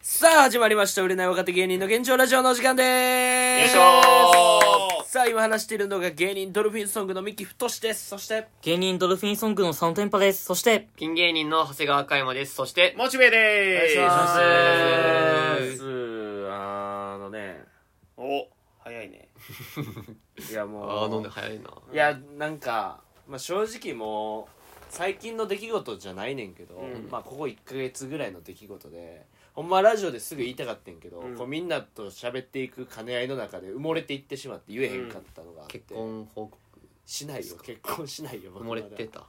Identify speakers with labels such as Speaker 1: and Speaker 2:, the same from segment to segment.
Speaker 1: さあ始まりました売れない若手芸人の現状ラジオのお時間で
Speaker 2: よ
Speaker 1: ー
Speaker 2: い
Speaker 1: す
Speaker 2: しょー
Speaker 1: さあ今話しているのが芸人ドルフィンソングの三木太志ですそして
Speaker 3: 芸人ドルフィンソングのサンテンパです。そして、
Speaker 4: ピン芸人の長谷川嘉山です。そして、
Speaker 2: モチベでー
Speaker 1: お願いし
Speaker 2: す
Speaker 4: お願いしま
Speaker 1: ますあのね
Speaker 2: お早いね
Speaker 1: いやもう
Speaker 4: ああ、飲んで早いな。
Speaker 1: いやなんか、まあ、正直もう最近の出来事じゃないねんけど、
Speaker 2: うん
Speaker 1: まあここ1ヶ月ぐらいの出来事でほんまラジオですぐ言いたかったんけど、
Speaker 2: うん
Speaker 1: こうみんなと喋っていく兼ね合いの中で埋もれていってしまって言えへんかったのがあって、
Speaker 4: 結婚報告、
Speaker 1: しないよ結婚しないよ僕
Speaker 4: 埋
Speaker 1: まだ
Speaker 4: もれてた。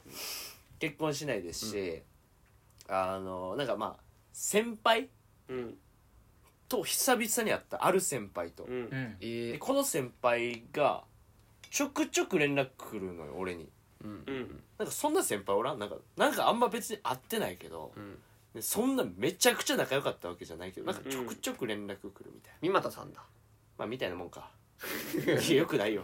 Speaker 1: 結婚しないですし、あのなんかまあ先輩
Speaker 2: うん
Speaker 1: と久々に会ったある先輩と、
Speaker 2: うん
Speaker 3: ん。
Speaker 1: で
Speaker 4: ええ。
Speaker 1: この先輩がちょくちょく連絡来るのよ俺に
Speaker 4: うん
Speaker 2: う。ん
Speaker 1: なんかそんな先輩おらんなんかなんかあんま別に会ってないけど、
Speaker 4: うん。
Speaker 1: でそんなめちゃくちゃ仲良かったわけじゃないけどなんか
Speaker 2: うん
Speaker 1: ちょくちょく連絡来るみたいな、
Speaker 4: 三股さんだ。
Speaker 1: まあみたいなもんかいやよくないよ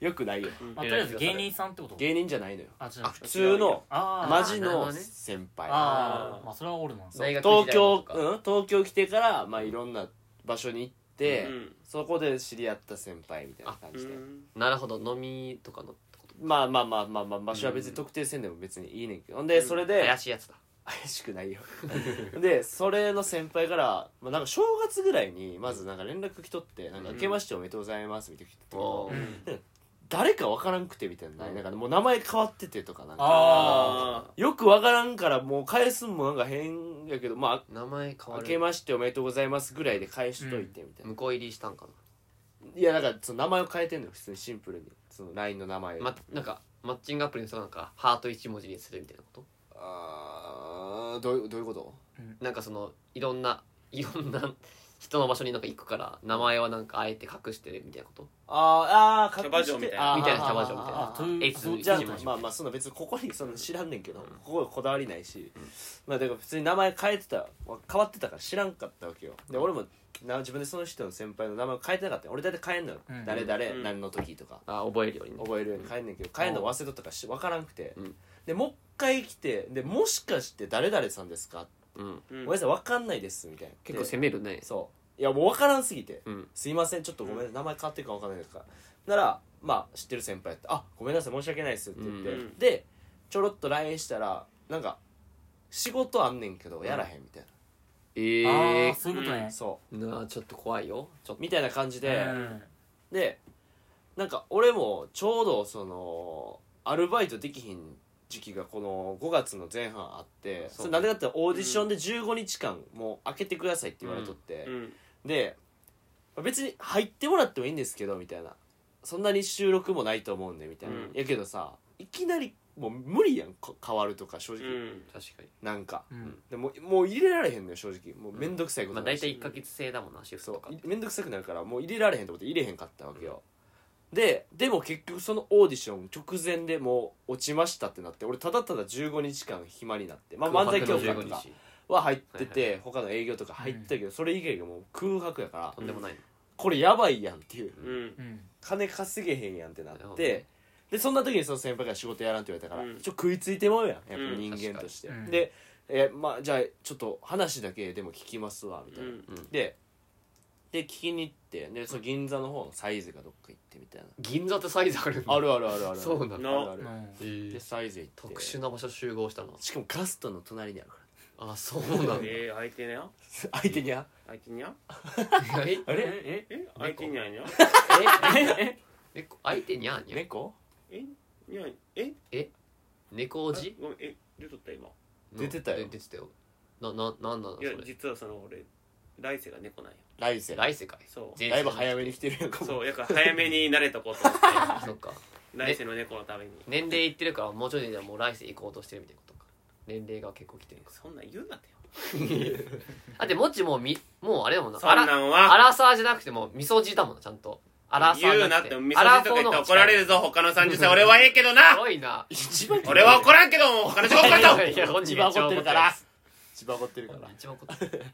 Speaker 1: よくないよ
Speaker 3: まあ、とりあえず芸人さんってこと
Speaker 1: 芸人じゃないのよ
Speaker 3: あ、じゃあ、
Speaker 4: あ
Speaker 3: 普
Speaker 1: 普
Speaker 3: 通。
Speaker 1: 通の
Speaker 3: あー
Speaker 1: マジ
Speaker 4: なるほ
Speaker 1: の
Speaker 4: どね
Speaker 1: 先輩
Speaker 3: あー、まあ、それは俺なんです
Speaker 4: 大学時代の
Speaker 1: 東京
Speaker 4: と、か
Speaker 1: うん、東京来てから、まあ、いろんな場所に行って、
Speaker 2: うん
Speaker 1: そこで知り合った先輩みたいな感じで、
Speaker 4: なるほど、飲みとかのってこと。
Speaker 1: まあまあまあまあまあ場所は別に特定せんでも別にいいねんけど、ほんでそれで、
Speaker 4: 怪しいやつだ。
Speaker 1: 怪しくないよ でそれの先輩から、まあ、なんか正月ぐらいにまずなんか連絡来とって「なんか
Speaker 4: うん
Speaker 1: 明けましておめでとうございます」みたいな来とったけど
Speaker 4: おー
Speaker 1: 誰かわからんくてみたいな,、
Speaker 4: うん
Speaker 1: なんかもう名前変わっててとかなんか
Speaker 3: あ
Speaker 2: あ
Speaker 1: よくわからんからもう返すんもなんか変やけどま
Speaker 4: 名前
Speaker 1: あ
Speaker 4: 変わ
Speaker 1: 明
Speaker 4: る。
Speaker 1: けましておめでとうございますぐらいで返しといてみたいな、
Speaker 4: 向こう入りしたんか
Speaker 1: いやだからその名前を変えてんのよ普通にシンプルにその LINE の名前
Speaker 4: な。
Speaker 1: を、
Speaker 4: ま、なんか、マッチングアプリの人がなんか、ハート一文字にするみたいなこ
Speaker 1: あーどういうどういうこと
Speaker 4: となんかその、いろんな、いろんな 人の場所になんか行くから、名前はなんかあえて隠してるみたいなこと。
Speaker 1: あーあー
Speaker 2: キャバ嬢みたいな
Speaker 1: あー
Speaker 4: みたいなキャバ嬢みたいな
Speaker 1: あーあーあー
Speaker 3: という
Speaker 4: エイツ
Speaker 3: そう
Speaker 1: じゃあ
Speaker 4: 一文字
Speaker 1: まあまあそんな別にここにその知らんねんけど、ここはこだわりないし、まあだから普通に名前変えてた変わってたから知らんかったわけよで俺もな自分でその人の先輩の名前を変えてなかったよ俺だって変えんのよ、
Speaker 3: うん
Speaker 1: 誰々、
Speaker 2: うん
Speaker 1: 何の時とか
Speaker 4: あ、覚えるようにね。
Speaker 1: 覚えるように変えんねんけど変えんの忘れとったからし分からんくて、
Speaker 4: うん
Speaker 1: でもう一回来てでもしかして誰々さんですか、
Speaker 4: うん。
Speaker 2: うん
Speaker 1: ごめんなさい分かんないですみたいな
Speaker 4: 結構
Speaker 1: で
Speaker 4: 攻めるね。
Speaker 1: そういやもう分からんすぎて、
Speaker 4: うん。
Speaker 1: すいませんちょっとごめん名前変わってるか分かんないですからならまあ知ってる先輩やって「あごめんなさい申し訳ないです」って言って、
Speaker 2: うん
Speaker 1: でちょろっと LINE したらなんか「仕事あんねんけどやらへん」みたいな、
Speaker 3: あ
Speaker 4: え
Speaker 3: ー、
Speaker 4: え。
Speaker 3: そういうことね。
Speaker 1: そ
Speaker 4: なあ、ちょっと怖いよ。ちょっ
Speaker 1: う
Speaker 4: と。
Speaker 1: みたいな感じで、
Speaker 3: うん
Speaker 1: でなんか俺もちょうどそのアルバイトできひん時期がこの5月の前半あって
Speaker 4: そ
Speaker 1: そ
Speaker 4: う
Speaker 1: れなんでかって言ったらオーディションで15日間もう開けてくださいって言われとって、
Speaker 2: うん
Speaker 1: でまあ別に入ってもらってもいいんですけどみたいなそんなに収録もないと思うんでみたいな、
Speaker 2: うん
Speaker 1: やけどさいきなりもう無理やんか変わるとか正
Speaker 2: う
Speaker 1: 直、
Speaker 2: ん
Speaker 4: 確かに。
Speaker 1: なんか
Speaker 3: うん。
Speaker 1: でもうもう入れられへんのよ正直もうめんどくさいこと
Speaker 4: まあ
Speaker 1: にな
Speaker 4: 大
Speaker 1: るし
Speaker 4: 体1ヶ月制だもんなシフトと
Speaker 1: そ
Speaker 4: か
Speaker 1: ういめんどくさくなるからもう入れられへんと思って入れへんかったわけよ、ででも結局そのオーディション直前でもう落ちましたってなって俺ただただ15日間暇になって、まあ、漫才協会とかは入ってて、
Speaker 4: はい
Speaker 1: 他の営業とか入ったけど、それ以外がもう空白やから
Speaker 4: とんでもない
Speaker 1: これやばいやんっていう
Speaker 2: うん
Speaker 3: うん。
Speaker 1: 金稼げへんやんってなっ
Speaker 4: なるほど
Speaker 1: て
Speaker 4: ね
Speaker 1: でそんな時にその先輩が仕事やらんって言われたから、
Speaker 2: うん
Speaker 1: ちょ食いついてもうやんやっぱ
Speaker 2: うん
Speaker 1: 人間として、
Speaker 3: 確かに
Speaker 1: で、えまあ、じゃあちょっと話だけでも聞きますわみた
Speaker 2: う
Speaker 1: いな、
Speaker 2: ん
Speaker 1: でで聞きに行ってでその銀座の方のサイズがどっか行ってみたいな
Speaker 4: 銀座ってサイズあるんだ
Speaker 1: あるあるあるある
Speaker 4: そうな
Speaker 1: ある
Speaker 2: の
Speaker 1: ある
Speaker 3: うん
Speaker 1: でサイズ行って
Speaker 4: 特殊な場所集合したの
Speaker 1: しかもガストの隣にあるか
Speaker 4: あそうなんだ
Speaker 2: えー相手にゃ
Speaker 1: ら相手にゃ
Speaker 2: 相手にゃ
Speaker 4: え
Speaker 1: あれ
Speaker 3: え
Speaker 2: え相手にゃにゃ
Speaker 4: え猫相手にゃーにゃ
Speaker 1: 猫
Speaker 2: えにゃえ
Speaker 4: 猫おじ
Speaker 2: ごめんえ出とった今
Speaker 1: 出てたよ
Speaker 4: え出てたよなななんなのそ
Speaker 2: いや
Speaker 4: れ
Speaker 2: 実はその俺来世が猫なんや
Speaker 1: 来世だ
Speaker 4: 来世かい
Speaker 2: そう
Speaker 4: 前世
Speaker 1: いぶ早めに来てるやんかも
Speaker 2: そうやから早めに慣れとこうと思って
Speaker 4: そっか
Speaker 2: 来世の猫のために
Speaker 4: 年齢いってるからもうちょいでもう来世行こうとしてるみたいなことか年齢が結構来てる
Speaker 2: そんなん言うなってよ
Speaker 4: あでもっちもうみもうあれだもんな
Speaker 2: そ
Speaker 4: あ
Speaker 2: ん
Speaker 4: ら
Speaker 2: なん
Speaker 4: ア
Speaker 2: は
Speaker 4: ラサーじゃなくてもうみそじだもんちゃんとアラサー
Speaker 2: 言う
Speaker 4: じゃ
Speaker 2: な
Speaker 4: く
Speaker 2: って味噌汁とか言って怒られるぞ他の30歳俺はええけど
Speaker 4: す
Speaker 2: な
Speaker 4: ごいな
Speaker 1: 一番
Speaker 2: 俺は怒らんけど他の人は怒るぞ
Speaker 4: いや本
Speaker 1: 一
Speaker 4: 人
Speaker 1: 番
Speaker 4: が
Speaker 1: 怒ってるから一番怒ってる
Speaker 4: 一
Speaker 1: から
Speaker 4: 番怒ってる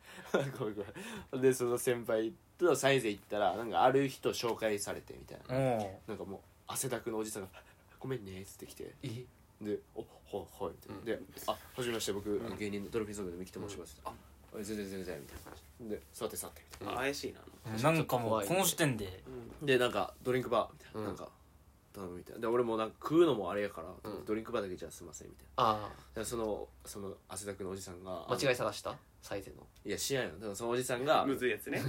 Speaker 1: ごめんごめんでその先輩とサイゼ行ったらなんかある人紹介されてみたいな、
Speaker 3: うん。
Speaker 1: なんかもう汗だくのおじさんが「ごめんね」っつってきて
Speaker 4: え
Speaker 1: で「おはいはい」みたいな、
Speaker 4: うん
Speaker 1: で「あはじめまして僕、
Speaker 4: ん
Speaker 1: 芸人のドルフィンソングのミキと申します」あ「おい全然全然」みたいな感じで座って座ってみたい
Speaker 2: あ怪しいな
Speaker 3: なんかも
Speaker 4: 怖
Speaker 3: う
Speaker 4: い
Speaker 3: この時点 で
Speaker 1: なでなんかドリンクバーみたいな,、
Speaker 4: うん
Speaker 1: なんか頼むみたいなで俺もなんか食うのもあれやから、
Speaker 4: うん
Speaker 1: ドリンクバーだけじゃすいませんみたい
Speaker 4: あ
Speaker 1: なでそのその汗だくのおじさんが
Speaker 4: あ間違い探したサイゼの
Speaker 1: いや知らんよでもそのおじさんが
Speaker 2: むずいやつね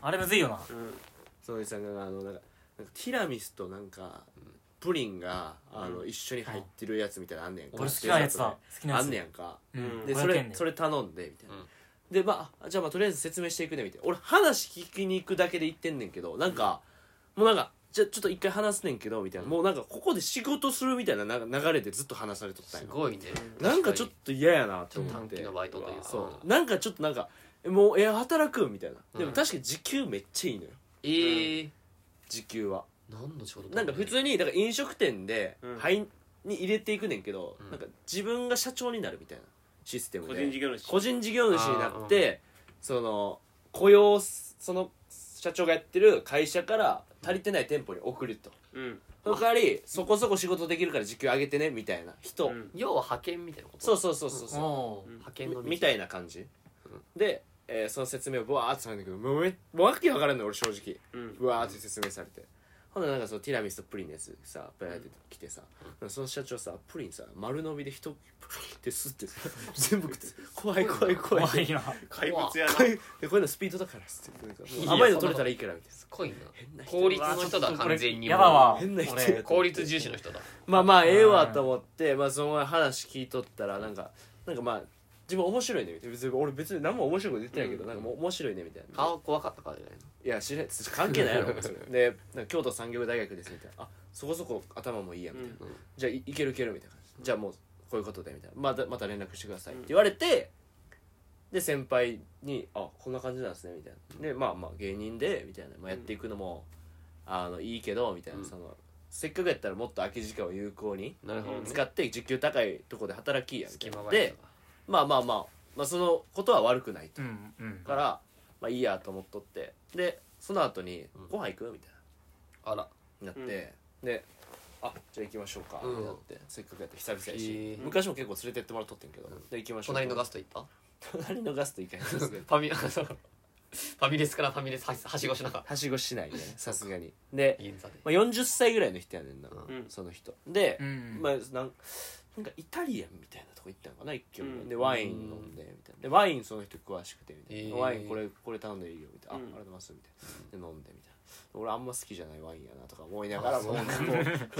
Speaker 3: あれむずいよな
Speaker 2: うん
Speaker 1: そのおじさんがあのなんかなんかティラミスとなんかプリンが、あの一緒に入ってるやつみたいなのあんねんか
Speaker 3: 俺好きなやつだ好きなやつ
Speaker 1: あんねやんか
Speaker 3: うん
Speaker 1: で
Speaker 3: 500
Speaker 1: そ
Speaker 3: 円
Speaker 1: れ
Speaker 3: で
Speaker 1: それ頼んでみたいな、
Speaker 4: うん
Speaker 1: でまあじゃあまあとりあえず説明していくねみたいな俺話聞きに行くだけで行ってんねんけどなんか、もうなんかじゃあちょっと一回話すねんけどみたいな、もうなんかここで仕事するみたいなな流れでずっと話されとったん
Speaker 4: す
Speaker 1: や
Speaker 4: ごいね
Speaker 1: なんかちょっと嫌やなって思っ
Speaker 4: 短
Speaker 1: て
Speaker 4: 期のバイトというか
Speaker 1: そうなんかちょっとなんかえもうえ働くみたいなでも確かに時給めっちゃいいのよ
Speaker 4: えー
Speaker 1: 時給は
Speaker 4: 何の仕事だ
Speaker 1: なんか普通にだから飲食店で
Speaker 2: うん
Speaker 1: 灰に入れていくねんけど、
Speaker 4: うん
Speaker 1: なんか自分が社長になるみたいなシステムで
Speaker 2: 個人事業主
Speaker 1: 個人事業主になってその雇用すその社長がやってる会社から足りてない店舗に送ると
Speaker 2: うん
Speaker 1: その代わりそこそこ仕事できるから時給上げてねみたいな人、
Speaker 2: うん
Speaker 4: 要は派遣みたいなこと
Speaker 1: そうそうそうそうそう
Speaker 3: お
Speaker 2: うん
Speaker 3: ー
Speaker 4: 派遣の
Speaker 1: みみた
Speaker 4: い
Speaker 1: いな感じ、で、えーその説明をブワーってされるんだけどもうめもうわけわからんの俺正直
Speaker 2: うん
Speaker 1: ブワーって説明されて、ほんならなんかそのティラミスとプリンのやつさブラーって来てさ、その社長さプリンさ丸飲みで一口プリンって吸って 全部食って怖い怖い怖い
Speaker 3: 怖い な
Speaker 2: 怪物やな
Speaker 1: こういうでこういうのスピードだからっつってなんかもう
Speaker 4: いや
Speaker 1: 甘いの取れたらいいからみたい
Speaker 4: すごいな
Speaker 1: な
Speaker 4: 効率の人だ完全に
Speaker 3: やだわ
Speaker 1: 変な人
Speaker 3: 俺
Speaker 4: 効率重視の人だ
Speaker 1: まあまあええわと思って、まあ、その話聞いとったらなんかなんかまあ自分面白いねみたいな別に俺別に何も面白いこと言ってないけど、なんかもう面白いねみたいな
Speaker 4: 顔怖かったからじゃない
Speaker 1: いや知らん関係ないやろそれでなんか京都産業大学ですみたいなあそこそこ頭もいいやみたいな、
Speaker 4: うんうん
Speaker 1: じゃあいいけるいけるみたいな感じじゃあもうこういうことでみたいなまたまた連絡してくださいって言われて、で先輩に「あこんな感じなんですね」みたいなでまあまあ芸人でみたいな、まあ、やっていくのも、あのいいけどみたいな、
Speaker 4: うん
Speaker 1: そのせっかくやったらもっと空き時間を有効に
Speaker 4: のなるほどね
Speaker 1: 使って時給高いとこで働きやみたい
Speaker 4: 隙
Speaker 1: な
Speaker 4: 間バイ
Speaker 1: で
Speaker 4: トだ
Speaker 1: まあまあまあ、まあ、そのことは悪くないと
Speaker 3: うんうん
Speaker 1: から、まあいいやと思っとってでその後に
Speaker 4: う
Speaker 1: 「
Speaker 4: ん
Speaker 1: ご飯行く?」みたい
Speaker 4: あら
Speaker 1: ななって、で「あじゃあ行きましょうか」
Speaker 4: うん
Speaker 1: ってなってせっかくやって久々や
Speaker 4: へ
Speaker 1: し
Speaker 4: え
Speaker 1: 昔も結構連れてってもらっとってんけど、で行きましょう
Speaker 4: 隣のガスト行った
Speaker 1: 隣のガスト行かないですね
Speaker 4: ファミ ファミレスからファミレスははしごしなかっ
Speaker 1: はしごしないねさすがにで
Speaker 4: た、銀座で
Speaker 1: まあ、40歳ぐらいの人やねんな、
Speaker 2: うん
Speaker 1: その人で、
Speaker 3: うん
Speaker 1: まあ、なんなんかイタリアンみたいなとこ行ったのかな一挙目
Speaker 2: うん
Speaker 1: でワイン飲んでみたいなでワインその人詳しくてみたいな、
Speaker 4: えー
Speaker 1: ワインこれこれ頼んでいいよみたいな、
Speaker 2: うん
Speaker 1: あありがとうございますみたいなで飲んでみたいな俺あんま好きじゃないワインやなとか思いながらもなんかこ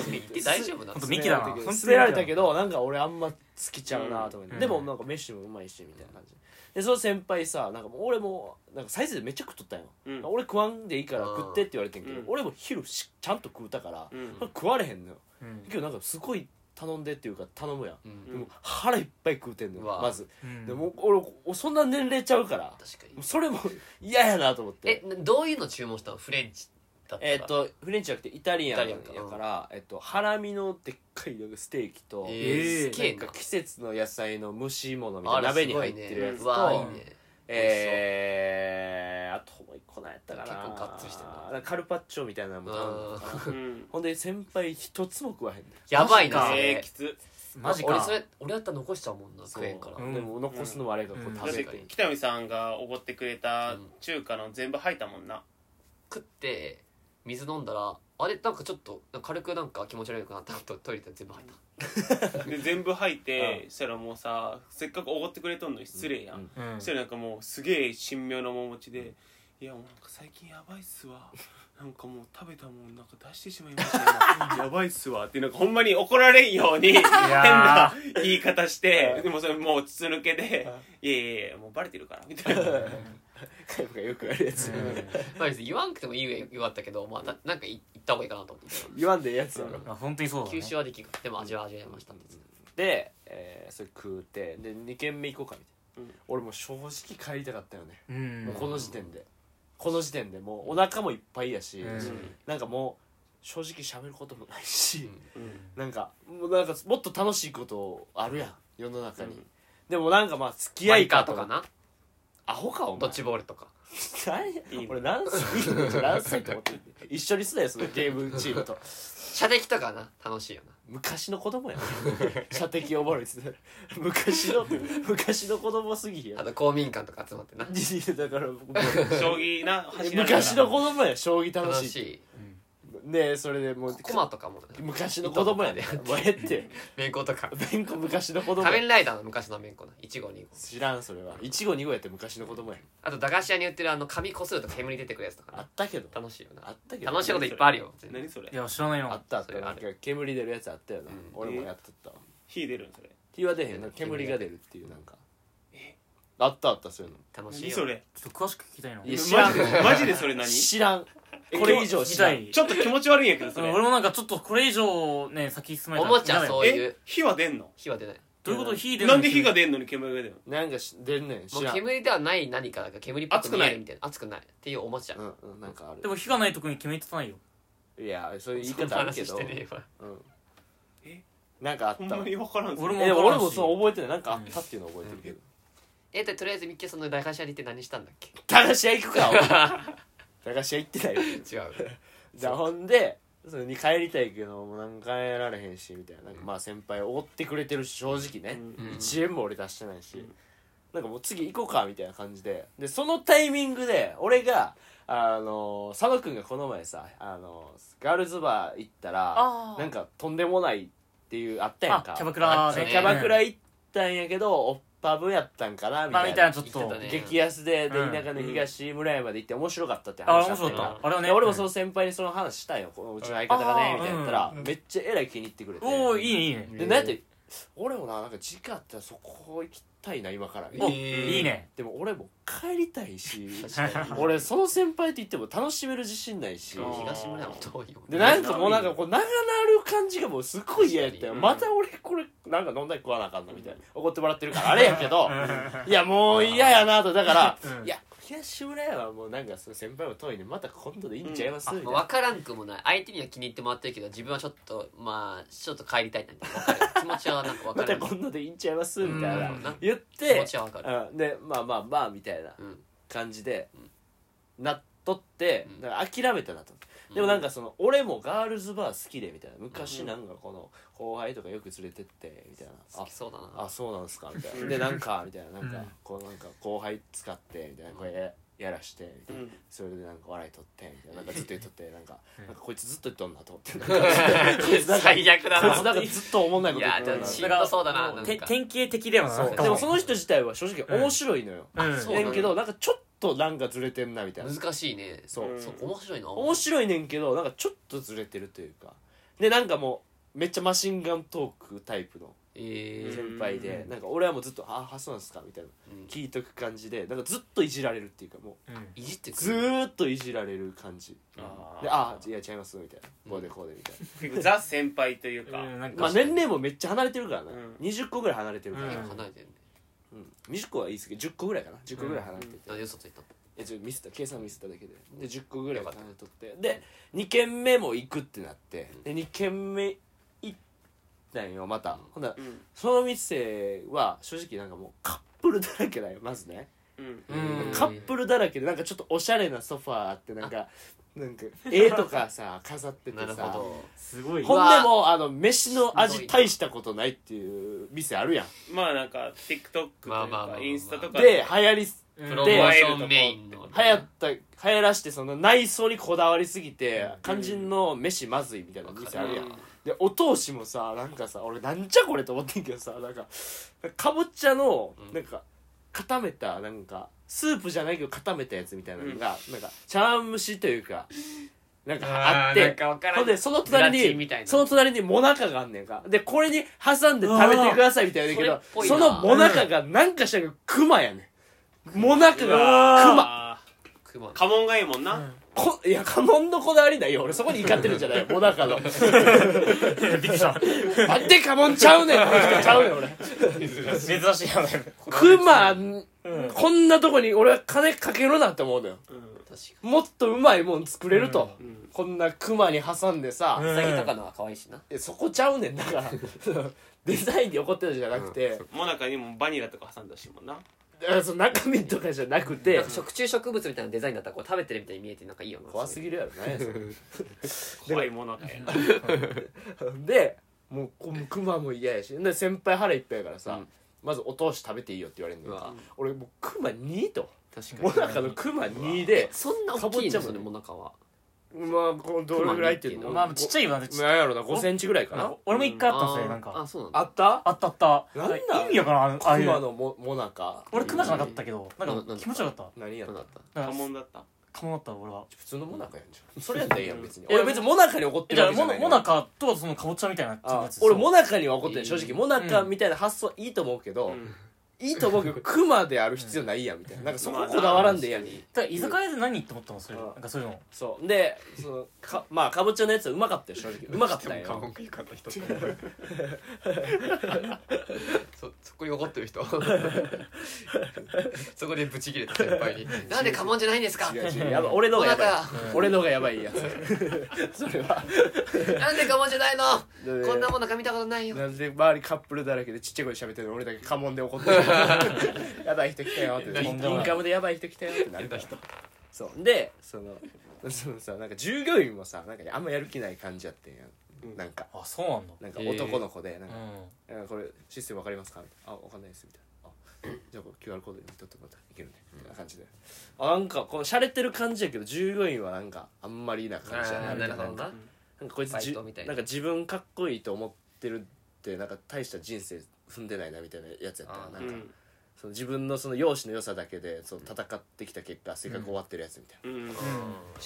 Speaker 1: う
Speaker 4: 行って大丈夫なの
Speaker 3: ほんと
Speaker 1: 詰
Speaker 3: ミ
Speaker 1: め
Speaker 3: キ
Speaker 1: ら
Speaker 3: だ
Speaker 1: れたけ
Speaker 3: なほ
Speaker 1: ど
Speaker 3: んと
Speaker 1: 詰められたけどなんか俺あんま好きちゃうなと思って、
Speaker 3: うん
Speaker 1: でもなんかメッシもうまいしみたいな感じでその先輩さなんかもう俺もなんかサイズでめっちゃ食っとったんよ、
Speaker 2: うん
Speaker 1: 俺食わんでいいから食ってって言われてんけど、
Speaker 2: うん
Speaker 1: 俺も昼しちゃんと食うたから、
Speaker 2: うん
Speaker 1: 食われへんのよ
Speaker 3: うん
Speaker 1: けどなんかすごい頼んでっていうか頼むやん、
Speaker 4: うん
Speaker 1: でも腹いっぱい食うてんの
Speaker 4: う
Speaker 1: よ
Speaker 4: わ
Speaker 1: まず、
Speaker 3: うん
Speaker 1: でも俺おそんな年齢ちゃうから
Speaker 4: 確か
Speaker 1: もう
Speaker 4: に
Speaker 1: それも 嫌やなと思っ
Speaker 4: え
Speaker 1: て
Speaker 4: などういうの注文したのフレンチだったら
Speaker 1: えっ、とフレンチじゃなくてイタリアンや
Speaker 4: イタリアン
Speaker 1: か
Speaker 4: か
Speaker 1: ら、えっと、ハラミのでっかいステーキと、
Speaker 3: え
Speaker 4: えー、
Speaker 3: ー
Speaker 4: すげえ
Speaker 1: な
Speaker 4: なん
Speaker 1: か季節の野菜の蒸し物みたい
Speaker 4: あ
Speaker 1: な
Speaker 4: ら
Speaker 1: 鍋に入ってるやつと、
Speaker 4: すごいねうわいいね
Speaker 1: えー、あともう一個なんやったかな
Speaker 4: 結構がっつりしてんな
Speaker 1: なんかカルパッチョみたいなのも頼んだから
Speaker 2: うん
Speaker 1: ほんで先輩一つも食わへんねん
Speaker 4: やばい
Speaker 3: マ
Speaker 4: な
Speaker 3: ジか
Speaker 4: そ
Speaker 2: えー
Speaker 4: れ
Speaker 2: きつ
Speaker 3: マジか
Speaker 4: 俺それ俺だったら残しちゃうもんな食えんから
Speaker 1: そうでも残すのもあれがこ
Speaker 3: う
Speaker 1: うん食
Speaker 2: だっ
Speaker 1: べ
Speaker 2: て
Speaker 1: たり
Speaker 2: 北見さんがおごってくれた
Speaker 4: うん
Speaker 2: 中華の全部入ったもんな
Speaker 4: 食って水飲んだらあれなんかちょっとなんか軽くなんか気持ち悪くなったとトイレ行ったら全部入った
Speaker 2: で全部入って
Speaker 1: う
Speaker 2: そしたらもうさせっかくおごってくれとんのに失礼や
Speaker 1: うん
Speaker 2: ん
Speaker 3: うん
Speaker 2: そしたらなんかもうすげえ神妙な面持ちで「いやもうなんか最近やばいっすわ」 なんかもう食べたもんなんか出してしまいました今 やばいっすわってなんかほんまに怒られんように変な言い方してでもそれもう筒抜けで「いやいやいやもうバレてるから」みたいな
Speaker 1: 海部がよくやるやつ
Speaker 4: まあ別に言わんくてもいいよ言わったけどまあななんかい行った方がいいかなと思って
Speaker 1: 言わんでええやつやろ
Speaker 3: まあ本当にそうだね
Speaker 4: 吸収はできるでも味は味わえましたって言って
Speaker 1: で、えーそれ食うてで2軒目行こうかみたいな
Speaker 2: うん
Speaker 1: 俺もう正直帰りたかったよね
Speaker 3: うん
Speaker 1: もうこの時点でこの時点でもうお腹もいっぱいやし
Speaker 3: うん
Speaker 1: なんかもう正直喋ることもないし
Speaker 2: うん
Speaker 1: なんかもうなんかもっと楽しいことあるやん世の中
Speaker 2: う
Speaker 1: に
Speaker 2: ん
Speaker 1: でもなんかまあ付き
Speaker 4: た
Speaker 1: 合
Speaker 4: マ
Speaker 1: い
Speaker 4: イカ
Speaker 1: か
Speaker 4: ー
Speaker 1: と
Speaker 4: と
Speaker 1: か
Speaker 4: か
Speaker 1: な
Speaker 4: な
Speaker 1: アホかお
Speaker 4: ド
Speaker 1: 前
Speaker 4: ッジボールとか
Speaker 1: 何俺何歳何歳と思って一緒にすなよそのゲームチームと
Speaker 4: 射的とかな楽しいよな
Speaker 1: 昔の子供やな射的呼ばれてた 昔の昔の子供すぎや
Speaker 4: あと公民館とか集まって な
Speaker 1: だからもう
Speaker 2: 将棋な
Speaker 1: 昔の子供や将棋楽
Speaker 4: 楽
Speaker 1: しい
Speaker 4: しい
Speaker 1: ねえそれでもう
Speaker 4: コマとかもな
Speaker 1: 昔の子供やねもうええって
Speaker 4: めんことか
Speaker 1: 弁護昔の子供
Speaker 4: 仮面
Speaker 1: や
Speaker 4: ライダーの昔のめんこな1号2号
Speaker 1: 知らんそれは1号2号やって昔の子供や
Speaker 4: あと駄菓子屋に売ってるあの紙こすると煙出てくるやつとか
Speaker 1: あ
Speaker 4: な
Speaker 1: ったけど
Speaker 4: 楽しいよ
Speaker 1: あ
Speaker 4: な
Speaker 1: ったけど
Speaker 4: 楽しいこといっぱいあるよ
Speaker 2: 何それ
Speaker 3: いや知らない
Speaker 1: あ
Speaker 3: よ
Speaker 1: ったあっ
Speaker 4: それ
Speaker 1: た
Speaker 4: は
Speaker 1: な
Speaker 4: あ
Speaker 1: ん
Speaker 4: る
Speaker 1: か煙出るやつあったよな
Speaker 4: うん
Speaker 1: 俺もやっとったわ
Speaker 2: 火出るんそれ
Speaker 1: 火は出へんな煙が出るっていうなんかあったあったそういうの
Speaker 4: 楽しい
Speaker 2: 何
Speaker 4: よ
Speaker 2: それ
Speaker 3: ちょっと詳しく聞きたいない
Speaker 1: や知ら
Speaker 2: マ
Speaker 1: ん
Speaker 2: ジでマジでそれ何ち
Speaker 1: 知らんこれ以上知
Speaker 3: 知
Speaker 1: ら
Speaker 3: ら
Speaker 1: ん
Speaker 3: い
Speaker 2: ょっと気持ち悪いんやけどそ
Speaker 3: うん
Speaker 2: れ
Speaker 3: 俺もなんかちょっとこれ以上ね先進まれ
Speaker 4: おもちゃそういう
Speaker 2: え火は出んの
Speaker 4: 火は出ない
Speaker 3: どういうこと火出る
Speaker 2: なんで火が出んのに煙が出るの
Speaker 1: なんかし出んねん
Speaker 4: も
Speaker 1: 知
Speaker 4: う
Speaker 1: らん
Speaker 4: 煙ではない何かだから煙っぽく見えるみたいな熱くないっていうおもちゃ
Speaker 1: うんうんなんかある
Speaker 3: でも火がないとこに決めてたないよ
Speaker 1: いやそういう言い
Speaker 4: そんな
Speaker 1: 方あるけ
Speaker 4: 話し
Speaker 1: ど
Speaker 4: てねえわ
Speaker 1: うん
Speaker 2: え
Speaker 1: なんかあっ
Speaker 2: ほん
Speaker 1: た
Speaker 2: ま
Speaker 1: わ
Speaker 2: に分からんそれ
Speaker 3: 俺も
Speaker 1: え俺もそう覚えてないなんかあったっていうのは覚えてるけど
Speaker 4: えととりあえずミッキーさんの大会社に行って何したんだっけ
Speaker 1: 駄菓子屋行くか お前駄菓子屋行ってないよ
Speaker 4: 違う
Speaker 1: じゃあほんでそれに帰りたいけどもう何回やられへんしみたいななんかまあ先輩おごってくれてるし正直ね、
Speaker 2: うん
Speaker 4: うん
Speaker 1: 1円も俺出してないし、なんかもう次行こうかみたいな感じででそのタイミングで俺があの佐野くんがこの前さあのガールズバー行ったら
Speaker 3: あー
Speaker 1: なんかとんでもないっていうあったやんか
Speaker 3: あキャバクラ
Speaker 1: あ
Speaker 3: で
Speaker 1: キャバクラ行ったんやけどおっぱぶやったんかなみ
Speaker 3: まあ
Speaker 1: た
Speaker 3: み
Speaker 1: い
Speaker 3: たい
Speaker 1: な
Speaker 3: なちょっ
Speaker 4: 言っ
Speaker 3: と
Speaker 4: てたね
Speaker 1: 激安でで
Speaker 3: うん
Speaker 1: 田舎の東村山で行って面白かったって
Speaker 3: あ
Speaker 1: 話
Speaker 3: 面
Speaker 1: した
Speaker 3: 白
Speaker 1: ん
Speaker 3: か
Speaker 1: や
Speaker 3: ったあれは
Speaker 1: で
Speaker 3: ね
Speaker 1: 俺もその先輩にその話したんよこのうちの相方が
Speaker 3: あ
Speaker 1: ねみ
Speaker 3: ー
Speaker 1: たいなやったら
Speaker 3: うんうん
Speaker 1: めっちゃえらい気に入ってくれて
Speaker 3: おおいいねいいね
Speaker 1: でなんやって俺もななんか時間あったらそこ行きたいな今から
Speaker 3: お
Speaker 4: えー
Speaker 3: いいね
Speaker 1: でも俺も帰りたい し
Speaker 4: 確かに
Speaker 1: 俺その先輩と言っても楽しめる自信ないし
Speaker 2: あー
Speaker 4: 東村山遠いよ
Speaker 1: でなんかもうなんかこう長なる感じがもうすっごい嫌やったよ
Speaker 2: うん
Speaker 1: また俺これなんか飲んだり食わなあかんのみたいな怒ってもらってるからあれやけどいやもう嫌やなとだから
Speaker 3: うん
Speaker 1: いや東村山はもうなんかその先輩も遠いんでまた今度でいいんちゃいます
Speaker 4: あ
Speaker 1: みたい
Speaker 4: まあ
Speaker 1: な
Speaker 4: 分からんくもない相手には気に入ってもらってるけど自分はちょっとまあちょっと帰りたいなんて分かる気持ちはなんか分
Speaker 1: ま
Speaker 4: か
Speaker 1: た
Speaker 4: る
Speaker 1: 今度でいいんちゃいますみたい
Speaker 3: うん
Speaker 1: な
Speaker 4: な
Speaker 1: 言っ
Speaker 4: 気
Speaker 1: て
Speaker 4: 持ちは分かる
Speaker 1: うんでまあまあまあみたいな
Speaker 4: うん
Speaker 1: 感じでなっとって
Speaker 4: うん
Speaker 1: だから諦めたなとでもなんかその俺もガールズバー好きでみたいな昔なんかこの後輩とかよく連れてってみたいな
Speaker 4: 好
Speaker 1: あ
Speaker 4: きそうだな
Speaker 1: あそうなんすかみたいうなんでなんかみたいななん
Speaker 3: う
Speaker 1: か
Speaker 3: ん
Speaker 1: こうなんか後輩使ってみたいなこれやらしてみたいな
Speaker 2: うん
Speaker 1: それでなんか笑い取ってみたいななんかずっと言っと ってなんか
Speaker 3: うん
Speaker 1: なんかこいつずっと言っとんなと思ってなんかこいつなんかこ
Speaker 4: 最悪だ
Speaker 1: いつ
Speaker 4: な
Speaker 1: なんかずっとおもんないこと言っ
Speaker 4: い
Speaker 1: と
Speaker 4: や
Speaker 1: ん
Speaker 4: で
Speaker 1: な
Speaker 4: もしんどそうだな
Speaker 3: も
Speaker 4: なんか
Speaker 3: て典型的だよな
Speaker 1: そう
Speaker 3: 多分
Speaker 1: でもその人自体は正直面白いのよ
Speaker 3: うん
Speaker 4: そう
Speaker 1: ねんけど
Speaker 4: うん
Speaker 1: なんかちょっとなんかずれてんなみたいな
Speaker 4: 難しいね
Speaker 1: そう
Speaker 2: うん
Speaker 4: そう面白いな
Speaker 1: 面白いねんけどなんかちょっとずれてるというかでなんかもうめっちゃマシンガントークタイプの
Speaker 4: えー
Speaker 1: 先輩で
Speaker 2: うん
Speaker 1: なんか俺はもうずっと「ああそうなんすか」みたいな
Speaker 4: うん
Speaker 1: 聞いとく感じでなんかずっといじられるっていうかも
Speaker 3: うん
Speaker 4: いじって
Speaker 1: う
Speaker 4: く
Speaker 1: ず
Speaker 4: る
Speaker 1: ーっといじられる感じ
Speaker 2: あ
Speaker 1: で「ああいや違います」みたいな「こうでこうで」みたいな
Speaker 2: ーザ先輩というか
Speaker 3: うんなん
Speaker 1: まあ
Speaker 3: か
Speaker 1: 年齢もめっちゃ離れてるからな
Speaker 2: うん
Speaker 1: 20個ぐらい離れてるか
Speaker 3: う
Speaker 1: ら
Speaker 3: ん
Speaker 4: 離れてるね
Speaker 1: うん20個は言い過ぎ10個ぐらいかな10個ぐらい離れてて
Speaker 4: なんで嘘ついたの
Speaker 1: えちょっとミスった計算ミスっただけでで10個ぐらい金取ってで2軒目も行くってなってで2軒目行ったんよまた、ほんなら
Speaker 2: うん
Speaker 1: その店は正直なんかもうカップルだらけだよまずね、
Speaker 2: うん
Speaker 4: うん
Speaker 1: カップルだらけでなんかちょっとおしゃれなソファーあってなん かなんか絵とかさ飾ってて
Speaker 4: なる
Speaker 1: さ
Speaker 4: ほ
Speaker 3: すごい
Speaker 1: ほ
Speaker 4: うん
Speaker 1: で
Speaker 4: わ
Speaker 1: もあの飯の
Speaker 4: ひど
Speaker 1: 味
Speaker 4: い
Speaker 1: 大したことないっていう店あるやん
Speaker 2: まあなんか TikTok と
Speaker 4: まあ
Speaker 2: いう
Speaker 4: まあまあま
Speaker 2: か
Speaker 4: あ
Speaker 2: インスタとか
Speaker 1: で流行りす
Speaker 4: ど
Speaker 3: うん
Speaker 4: プロモーションメインの
Speaker 1: 流行った流行らしてその内装にこだわりすぎて肝心の飯まずいみたいな店あるやん
Speaker 4: うん
Speaker 1: でお通しもさなんかさ俺なんじゃこれと思ってんけどさなんかかぼちゃの
Speaker 4: うん
Speaker 1: なんか固めたなんかスープじゃないけど固めたやつみたいなのがなんか茶碗蒸しというかなんかあっ
Speaker 4: あーなん
Speaker 1: て
Speaker 4: かわからん
Speaker 1: ほんでその隣
Speaker 4: ゼラチンみ
Speaker 1: に
Speaker 4: たいな
Speaker 1: その隣にもなかがあんねんかでこれに挟んで食べてくださいみたいな言う
Speaker 4: う
Speaker 1: けど
Speaker 4: わーそれっ
Speaker 1: そ
Speaker 4: ぽいな
Speaker 1: のもなかがなんかしたけどクマやねんもなかがクマ
Speaker 4: クマ
Speaker 2: 家紋がいいもんな、
Speaker 1: こいや家紋のこだわりないよ俺そこに怒ってるんじゃないよもなかの
Speaker 3: びっくりした
Speaker 1: なんで家紋ちゃうねんこの人ちゃうねん俺
Speaker 3: 珍しいよね
Speaker 1: クマ
Speaker 3: うん
Speaker 1: こんなとこに俺は金かけるなって思うのよ
Speaker 2: うん
Speaker 4: 確か
Speaker 1: もっとうまいもん作れると、
Speaker 2: うん
Speaker 1: こんなクマに挟んでさ、
Speaker 3: うん
Speaker 4: にウサギとかのは可愛いしな
Speaker 1: えそこちゃうねん だからデザインに怒ってたじゃなくて、
Speaker 2: もなかにもバニラとか挟んだしもんな
Speaker 1: あその中身とかじゃなく
Speaker 4: な
Speaker 1: て
Speaker 4: んか食虫植物みたいなデザインだったらこう食べてるみたいに見えてなんかいいよな
Speaker 1: 怖すぎるやろ何やそれ
Speaker 2: 怖いものだよ
Speaker 1: でもうこうクマも嫌やしで先輩腹いっぱいやからさ、
Speaker 4: うん
Speaker 1: まずお通し食べていいよって言われる
Speaker 4: う
Speaker 1: のよ
Speaker 4: わ
Speaker 1: 俺もうクマ2と
Speaker 4: 確
Speaker 1: も
Speaker 4: か
Speaker 1: なかのクマ2で
Speaker 4: にそんな大
Speaker 1: か
Speaker 4: きいの
Speaker 1: ぼちゃもね
Speaker 4: それもなかは
Speaker 1: まあこのどれぐらいっていうの
Speaker 4: うん
Speaker 3: まあちっちゃいわねちっちゃい
Speaker 1: なんやろな5センチぐらいかな
Speaker 3: 俺も一回あったんですよなん
Speaker 4: あ
Speaker 3: か
Speaker 4: そうなんだ
Speaker 1: あった
Speaker 3: あったあった
Speaker 1: なんなん
Speaker 3: 意味わからんあのああ
Speaker 1: ク
Speaker 3: いう
Speaker 1: マのももなか
Speaker 3: 俺クマじゃなかったけどな
Speaker 4: なんんな
Speaker 3: か
Speaker 4: ん
Speaker 3: 気持ちよかっ
Speaker 1: 何やっ
Speaker 4: どう
Speaker 1: た
Speaker 4: だっ
Speaker 3: た
Speaker 4: た
Speaker 3: だ
Speaker 2: 家
Speaker 3: から
Speaker 2: 紋だった
Speaker 3: カモだった俺は
Speaker 1: 普通のもなかやんじゃんそれやったらええやん別に
Speaker 3: うん
Speaker 1: 俺別にもなかに怒って
Speaker 3: え
Speaker 1: る
Speaker 3: じゃ
Speaker 1: わ
Speaker 3: あ
Speaker 1: けじゃ
Speaker 3: モ
Speaker 1: ない
Speaker 3: ナモナカとはそのカボチャみたいな
Speaker 1: あ
Speaker 3: やつ
Speaker 1: 俺
Speaker 3: そう
Speaker 1: もなかには怒ってない正直
Speaker 4: うん
Speaker 1: もなかみたいな発想いいと思うけど、
Speaker 2: うん
Speaker 1: いいと思うけどクマである必要ないやんみたいななんかそここだわらんでええやん
Speaker 3: だから居酒屋で何って思ったのそれ
Speaker 1: うん
Speaker 3: なんかそういうの
Speaker 1: そうでそのかまあかぼちゃのやつはうまかったよ正 直うまかった
Speaker 4: でも顔
Speaker 1: よ
Speaker 4: が良かった人 そそこに怒ってる人 そこでブチ切れた先輩に「なんで家紋じゃないんですか?」
Speaker 1: 違う違うやばい俺のがやばい
Speaker 4: なんか
Speaker 1: 俺のがやばいやつそれは
Speaker 4: なんで家紋じゃないのこんな
Speaker 1: も
Speaker 4: ものか見たことないよ
Speaker 1: なんで周りカップルだらけでちっちゃい声で喋ってるの俺だけ家紋で怒ってる やばい人来たよってイ
Speaker 3: とんでもない
Speaker 1: ンカムでやばい人来たよってなるからそうでそのそのさなんか従業員もさなんかあんまやる気ない感じやってんやんなんか
Speaker 3: あそうなんだ
Speaker 1: なんか
Speaker 4: えー
Speaker 1: 男の子でなんか
Speaker 3: うん
Speaker 1: えーこれシステムわかりますか?」みたいな「あわかんないです」みたいな「あじゃあこれ QR コードに取ってもらったらいけるね」みたいな感じで、あなんかこの洒落てる感じやけど従業員はなんかあんまりな感じや
Speaker 4: あ
Speaker 1: な
Speaker 4: ー
Speaker 1: み
Speaker 4: な
Speaker 1: たいな
Speaker 4: るほど
Speaker 1: なんか
Speaker 4: な
Speaker 1: こいつ
Speaker 4: バイ
Speaker 1: じ
Speaker 4: トみたい
Speaker 1: な
Speaker 4: なん
Speaker 1: か自分かっこいいと思ってるってなんか大した人生踏んでないなみたいなやつやった
Speaker 4: あー
Speaker 1: な
Speaker 2: うん
Speaker 1: か、
Speaker 2: ん
Speaker 1: その自分のその容姿の良さだけでその戦ってきた結果性格終わってるやつみたいな、
Speaker 2: うん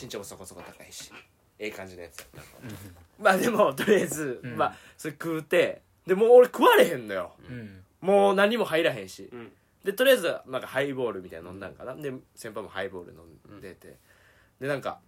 Speaker 1: 身長もそこそこ高いしええ感じのやつやった
Speaker 3: うん
Speaker 1: まあでもとりあえず、
Speaker 3: うん
Speaker 1: まあそれ食うてでもう俺食われへんのよ、
Speaker 3: うん
Speaker 1: もう何も入らへんし
Speaker 2: うん
Speaker 1: でとりあえずなんかハイボールみたいなの飲んだんかな、で先輩もハイボール飲んでて、でなんか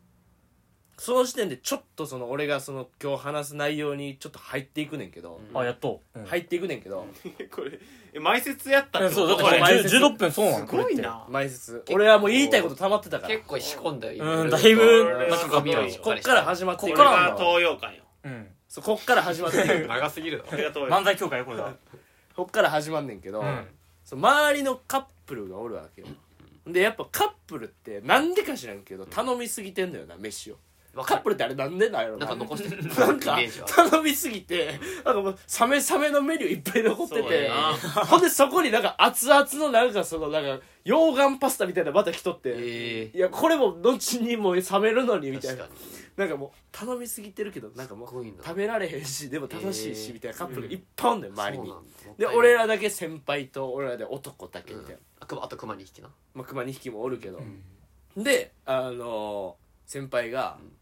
Speaker 1: その時点でちょっとその俺がその今日話す内容にちょっと入っていくねんけど、
Speaker 3: あやっとうん
Speaker 1: 入っていくねんけど、
Speaker 2: これえ前説やったって
Speaker 3: そうだって
Speaker 1: これ
Speaker 3: これ
Speaker 1: 前説
Speaker 3: 16分そうなの
Speaker 2: すごいな
Speaker 1: 前説俺はもう言いたいこと溜まってたから
Speaker 4: 結構仕込んだよ
Speaker 3: う
Speaker 4: 色
Speaker 3: ん
Speaker 4: 々
Speaker 3: だいぶ
Speaker 2: 構
Speaker 3: 長かっ
Speaker 4: 髪を
Speaker 3: た
Speaker 1: こっから始まってい
Speaker 2: これ
Speaker 1: く
Speaker 2: が東洋館よ
Speaker 3: うん
Speaker 1: そうこっから始まっていく
Speaker 4: 長すぎる
Speaker 2: これが東洋
Speaker 3: 漫
Speaker 2: 館
Speaker 3: 才協会よこれだ
Speaker 1: こっから始まんねんけど、
Speaker 3: うん
Speaker 1: その周りのカップルがおるわけよでやっぱカップルってなんでか知らんけど頼みすぎてんだよな飯を
Speaker 4: わ
Speaker 1: カ
Speaker 4: か
Speaker 1: ップルってあれなんでなんやろ
Speaker 4: なんか残してる
Speaker 1: なんか
Speaker 4: イメージは
Speaker 1: 頼みすぎてなんかもうサメサメのメニューいっぱい残って
Speaker 2: そう
Speaker 1: て
Speaker 2: やな
Speaker 1: ほんでそこになんか熱々のなんかそのなんか溶岩パスタみたいなのまた来とって、
Speaker 4: え
Speaker 1: いやこれも後にもう冷めるのに
Speaker 4: え
Speaker 1: みたいな
Speaker 4: 確か
Speaker 1: なんかもう頼みすぎてるけどなんかも
Speaker 4: すご
Speaker 1: う
Speaker 4: いな
Speaker 1: 食べられへんしでも楽しいし、
Speaker 4: えー
Speaker 1: みたいなカップルがいっぱいおんだよ周り
Speaker 4: に
Speaker 1: に
Speaker 4: そうなんだもったい
Speaker 1: で
Speaker 4: ない
Speaker 1: 俺らだけ先輩と俺らで男だけ
Speaker 4: う
Speaker 1: みたいな、
Speaker 4: んあくあと熊に引きな
Speaker 1: まあ、熊2匹もおるけど、であのー先輩が、
Speaker 4: うん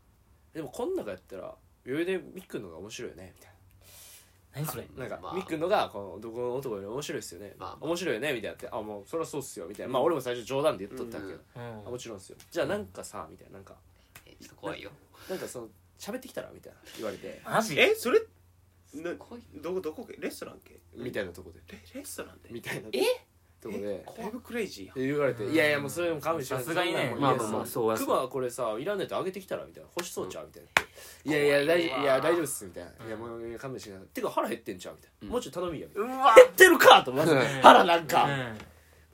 Speaker 1: でもこん中やったら余裕でミックのが面白いよね」みたい
Speaker 3: 何それ
Speaker 1: ななんか、
Speaker 4: まあ
Speaker 1: ミックのがこのどこの男より面白いっすよね、
Speaker 4: まあまあ
Speaker 1: 面白いよねみたいなって「あもうそりゃそうっすよ」みたいな、まあ俺も最初冗談で言っとったけど、
Speaker 3: う
Speaker 4: うん
Speaker 3: ん
Speaker 1: あもちろんっすよじゃあなんかさみたいななんか
Speaker 4: えちょっと怖いよ
Speaker 1: なんかその喋ってきたらみたいな言われ て
Speaker 3: マジ
Speaker 2: えそれな
Speaker 4: 怖い
Speaker 2: どこどこレストラン系
Speaker 1: みたいなとこで
Speaker 2: レレストランで
Speaker 1: みたいな
Speaker 4: え
Speaker 1: とこで
Speaker 2: だいぶクレイジーやん
Speaker 1: で言われて「いやいやもうそれも勘弁して
Speaker 3: さすがにね
Speaker 1: そんな
Speaker 4: ま
Speaker 1: も
Speaker 4: あ
Speaker 1: ん
Speaker 4: まあまあそうや
Speaker 1: ク
Speaker 4: そう
Speaker 1: マはこれさいらんねえとあげてきたらみたいな欲しそうちゃうみたいな「いやいや
Speaker 4: 怖
Speaker 1: 大
Speaker 4: い
Speaker 1: 丈
Speaker 4: わ
Speaker 1: 夫いや大丈夫っす」みたいな「いやもう勘弁してください」てか腹減ってんちゃうみたいな「もうちょい頼みや」みたいうな
Speaker 3: わ
Speaker 1: 減ってるかと思って
Speaker 4: うん
Speaker 1: 腹なん
Speaker 3: う
Speaker 1: か
Speaker 3: ん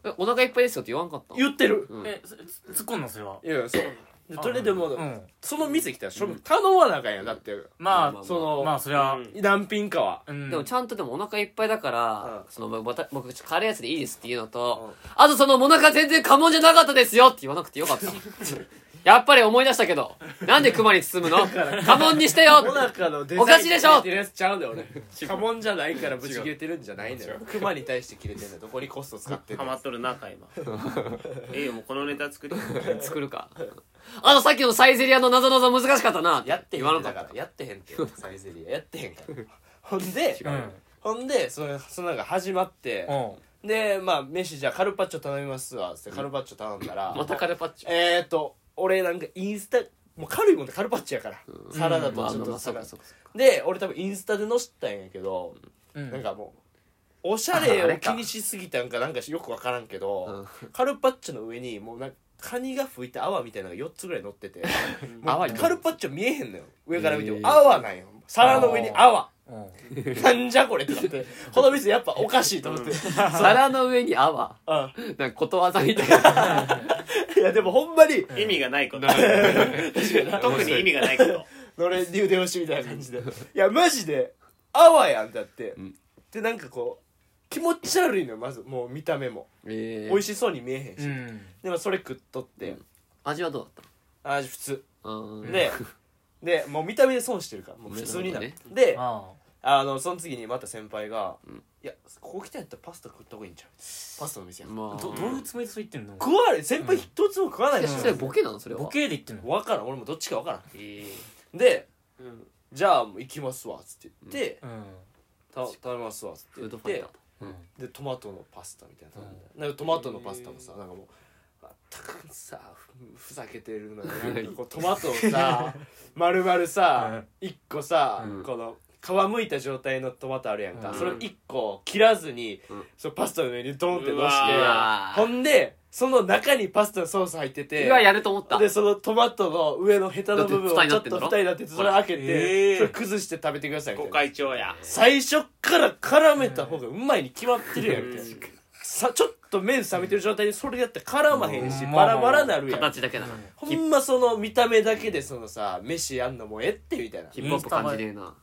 Speaker 4: えお腹いっぱいですよって言わんかったの
Speaker 1: 言ってる
Speaker 4: うん
Speaker 3: えつ突っ込んだそれはい
Speaker 1: やいやそうでとりあえずでも
Speaker 3: うん
Speaker 1: その店来たらしょ頼まなあかんやんだって
Speaker 3: まあ
Speaker 4: まあ
Speaker 1: そ
Speaker 3: ま
Speaker 1: の
Speaker 3: あそれは
Speaker 2: うん
Speaker 1: 何品かは
Speaker 3: うん
Speaker 4: でもちゃんとでもお腹いっぱいだから、
Speaker 1: うん
Speaker 4: そのまた僕カレーやつでいいですっていうのと、あとそのもなか全然家紋じゃなかったですよって言わなくてよかった やっぱり思い出したけどなんで熊に包むの家紋にしてよ
Speaker 1: モナカのデ
Speaker 4: おかしいでしょ
Speaker 1: ってるやつちゃうんだよ俺家紋じゃないからブチ切れてるんじゃないんだよクマに対して切れてんだよどこにコスト使ってん
Speaker 2: ハ
Speaker 1: の
Speaker 2: マっとるな今 ええよもうこのネタ作 り
Speaker 4: 作るかあのさっきのサイゼリアのなぞなぞ難しかったな
Speaker 1: やってへん
Speaker 4: 言
Speaker 1: っ
Speaker 4: わ
Speaker 1: て
Speaker 4: なか
Speaker 1: だ
Speaker 4: っ
Speaker 1: か
Speaker 4: た
Speaker 1: らやってへんってサイゼリアやってへんからほんで
Speaker 3: うん
Speaker 1: ほんでそのそのなんか始まって
Speaker 3: うん
Speaker 1: でまあ飯じゃあカルパッチョ頼みますわっつってカルパッチョ頼んだら
Speaker 4: またカルパッチョ
Speaker 1: えーっと俺なんかインスタもう軽いもんってカルパッチョやからサラダ
Speaker 4: ま
Speaker 1: と
Speaker 4: あ
Speaker 1: ちょっ
Speaker 4: まあ
Speaker 1: とサ
Speaker 4: そう
Speaker 1: ラ
Speaker 4: か
Speaker 1: ダ
Speaker 4: そうかそうか
Speaker 1: で俺多分インスタで載せたんやけど
Speaker 3: うん
Speaker 1: なんかもうおしゃれを気にしすぎたんかなんかよく分からんけどカルパッチョの上にもうなんかカニが吹いた泡みたいなのが4つぐらい乗っててもう
Speaker 4: 泡に
Speaker 1: カルパッチョ見えへんのよ上から見ても
Speaker 4: へー
Speaker 1: 泡なんよ皿の上に泡
Speaker 3: うん
Speaker 1: なんじゃこれってなってこの店やっぱおかしいと思って
Speaker 4: 皿の上に泡
Speaker 1: あ
Speaker 4: なんかことわざみた いな
Speaker 1: いやでもほんまに
Speaker 2: 意味がないこと 特に意味がないこと
Speaker 1: のれんに腕押しみたいな感じでいやマジであわやんだって、
Speaker 4: ん
Speaker 1: でなんかこう気持ち悪いのよまずもう見た目も
Speaker 4: え
Speaker 1: 美味しそうに見えへんし、
Speaker 3: うん
Speaker 1: でもそれ食っとって、
Speaker 4: うん味はどうだっ
Speaker 1: あ普通
Speaker 4: たうん
Speaker 1: で でもう見た目で損してるからもう普通になる、であ
Speaker 3: あ
Speaker 1: のその次にまた先輩が「
Speaker 4: うん
Speaker 1: いやここ来たんやったらパスタ食った方がいいんちゃう?」パスタの店やん、
Speaker 4: ま
Speaker 3: あ
Speaker 4: あ
Speaker 3: どどういうつもりでそう言ってんの
Speaker 1: 食われ先輩一つも食わない
Speaker 4: え
Speaker 1: で
Speaker 4: そ
Speaker 1: し
Speaker 4: れ
Speaker 1: ょ、
Speaker 4: ボケなのそれは
Speaker 3: ボケで言ってんの
Speaker 1: 分からん俺もどっちか分から
Speaker 4: え
Speaker 1: んで
Speaker 2: うん
Speaker 1: 「じゃあもう行きますわ」っつって言って
Speaker 3: うん
Speaker 1: 「た頼みますわ」っつって
Speaker 4: フ
Speaker 1: 言っ
Speaker 4: ードファイ
Speaker 1: て
Speaker 4: ター
Speaker 3: うん
Speaker 1: でトマトのパスタみたいなの頼んだよなんかトマトのパスタもさなんかもう全くさふふざけてるのよなんかこうトマトを さ丸々さ一個さ、
Speaker 4: うん
Speaker 1: この皮むいた状態のトマトあるやんか、
Speaker 3: うん
Speaker 1: それを一個切らずに、
Speaker 4: うん
Speaker 1: そのパスタの上にドンっての
Speaker 2: う
Speaker 1: し
Speaker 4: う
Speaker 1: て
Speaker 4: わ
Speaker 1: ほんでその中にパスタのソース入ってて
Speaker 4: うわやると思った
Speaker 1: でそのトマトの上のヘタの部分を
Speaker 4: だって
Speaker 1: ちょ
Speaker 4: 蓋
Speaker 1: っと
Speaker 4: になってんだろ
Speaker 1: 蓋になっててそれ開け
Speaker 2: え
Speaker 1: て
Speaker 2: ー
Speaker 1: それ崩して食べてくださいみ
Speaker 2: ご
Speaker 1: たいな
Speaker 2: 会長や
Speaker 1: 最初から絡めた方がうまいに決まってるやんみたいな
Speaker 2: うん
Speaker 1: さちょっと麺冷めてる状態でそれやって絡まへんし
Speaker 3: うん
Speaker 1: バラバラなるやん
Speaker 4: 形だけだな
Speaker 1: ほんまその見た目だけでそのさ飯やんのもうえってみたいな
Speaker 4: ヒップホップ感じねえな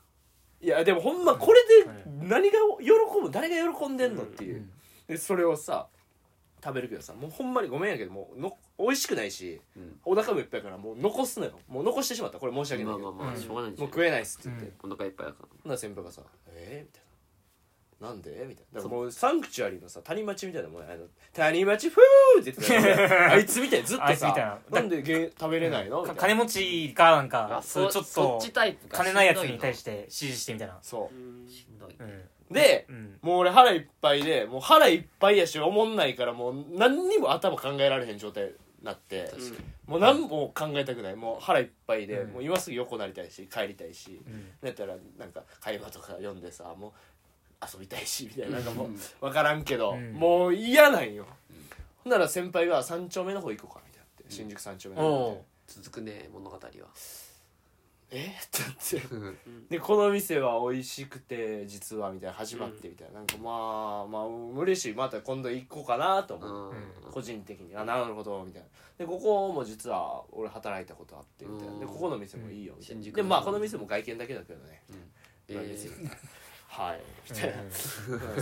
Speaker 4: い
Speaker 1: やでもほんまこれで何が喜ぶ誰が喜んでんのっていうでそれをさ食べるけどさもうほんまにごめんやけどもうの美味しくないし
Speaker 4: うん
Speaker 1: お腹もいっぱいやからもう残すのよもう残してしまったこれ申し訳ない
Speaker 4: まあ
Speaker 1: け
Speaker 4: まあ
Speaker 1: ど
Speaker 4: まあしょうがないんじ
Speaker 1: も
Speaker 4: ゃ
Speaker 1: うん食えないっすって言って、
Speaker 3: うん
Speaker 4: お腹いっぱいだか
Speaker 1: ほんなら先輩がさ「えー?」みたいな「なんで?」みたいなだからもうサンクチュアリのさ谷町みたいなもんやあの「谷町フー!」って言ってた よあいつみたいにずっ
Speaker 3: あ
Speaker 1: と
Speaker 3: いつみたい
Speaker 1: さ「
Speaker 3: な
Speaker 1: なんでげ食べれないの?」み
Speaker 3: か
Speaker 1: たい
Speaker 3: 金
Speaker 1: な
Speaker 3: 持ちかなんからそういうちょっ
Speaker 4: そ
Speaker 3: と
Speaker 4: っちタイプか
Speaker 3: 金ないやつに対してて支持してみたいな
Speaker 1: そ
Speaker 4: しんどいうなん
Speaker 1: うで
Speaker 3: うん
Speaker 1: もう俺腹いっぱいでもう腹いっぱいやしおもんないからもう何にも頭考えられへん状態になって
Speaker 4: 確か
Speaker 1: もう何も考えたくないもう腹いっぱいで、
Speaker 3: うん
Speaker 1: もう今すぐ横なりたいし帰りたいし
Speaker 3: う、ん
Speaker 1: なんやったらなんか会話とか読んでさもう遊びたいしみたいななんかもう
Speaker 4: うん
Speaker 1: 分からんけど、
Speaker 3: うん
Speaker 1: もう嫌なんよ、ほんなら先輩が三丁目の方行こうかみたいになって新宿三丁目の方みたいな
Speaker 3: お
Speaker 4: 続くね物語は
Speaker 1: えってなってでこの店は美味しくて実はみたいな始まってみたいな、なんかまあまあ嬉しいまた今度行こうかなと
Speaker 4: う
Speaker 1: 思う、
Speaker 4: ん
Speaker 1: 個人的にあなるほどみたいなでここも実は俺働いたことあってみたいなで
Speaker 4: うん
Speaker 1: ここの店もいいよみたい
Speaker 4: 新
Speaker 1: な
Speaker 4: 宿
Speaker 1: でまあこの店も外見だけだけどね
Speaker 4: えー
Speaker 1: はいみ たいななんです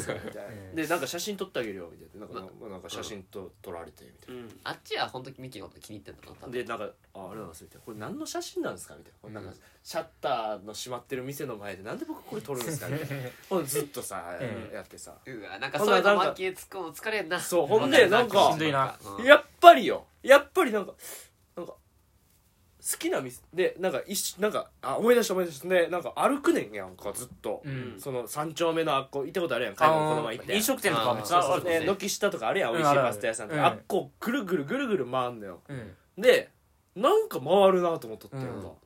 Speaker 1: かみ たいな
Speaker 3: うん
Speaker 1: でなんか写真撮ってあげるよみたいななんかなんか写真と撮られてみたい
Speaker 2: うん
Speaker 4: あっちは本当にミキのこと気に入ってんだな多
Speaker 1: な
Speaker 4: 分
Speaker 1: でなんか「ああれなんです」みたいな「これ何の写真なんですか?」みたいなこれなんか
Speaker 4: うん
Speaker 1: シャッターの閉まってる店の前で「なんで僕これ撮るんですか?」みたいなほんでずっとさ
Speaker 3: うん
Speaker 1: やってさ
Speaker 4: うわなんかそういうの負けつくの疲れんな
Speaker 1: そうほんでなん
Speaker 3: し
Speaker 1: か
Speaker 3: んどいな
Speaker 4: うん
Speaker 1: やっぱりよやっぱりなんかなんか好きな店でなんか一緒なんかあ思い出した思い出したでなんか歩くねんやんかずっと、
Speaker 3: うん
Speaker 1: その三丁目のあっこ行ったことあるやん
Speaker 3: あ
Speaker 1: 買い物この
Speaker 3: の
Speaker 1: 前行ったやん
Speaker 3: 飲食店とかめっちゃ
Speaker 1: そう
Speaker 3: ある
Speaker 1: そうね軒下とかあるやん美味しいパスタ屋さんと
Speaker 3: うん
Speaker 1: か
Speaker 3: あ
Speaker 1: あ
Speaker 3: る
Speaker 1: っ
Speaker 3: ある
Speaker 1: こぐるぐるぐるぐる回んのよ
Speaker 3: うん
Speaker 1: でなんか回るなと思っとったよ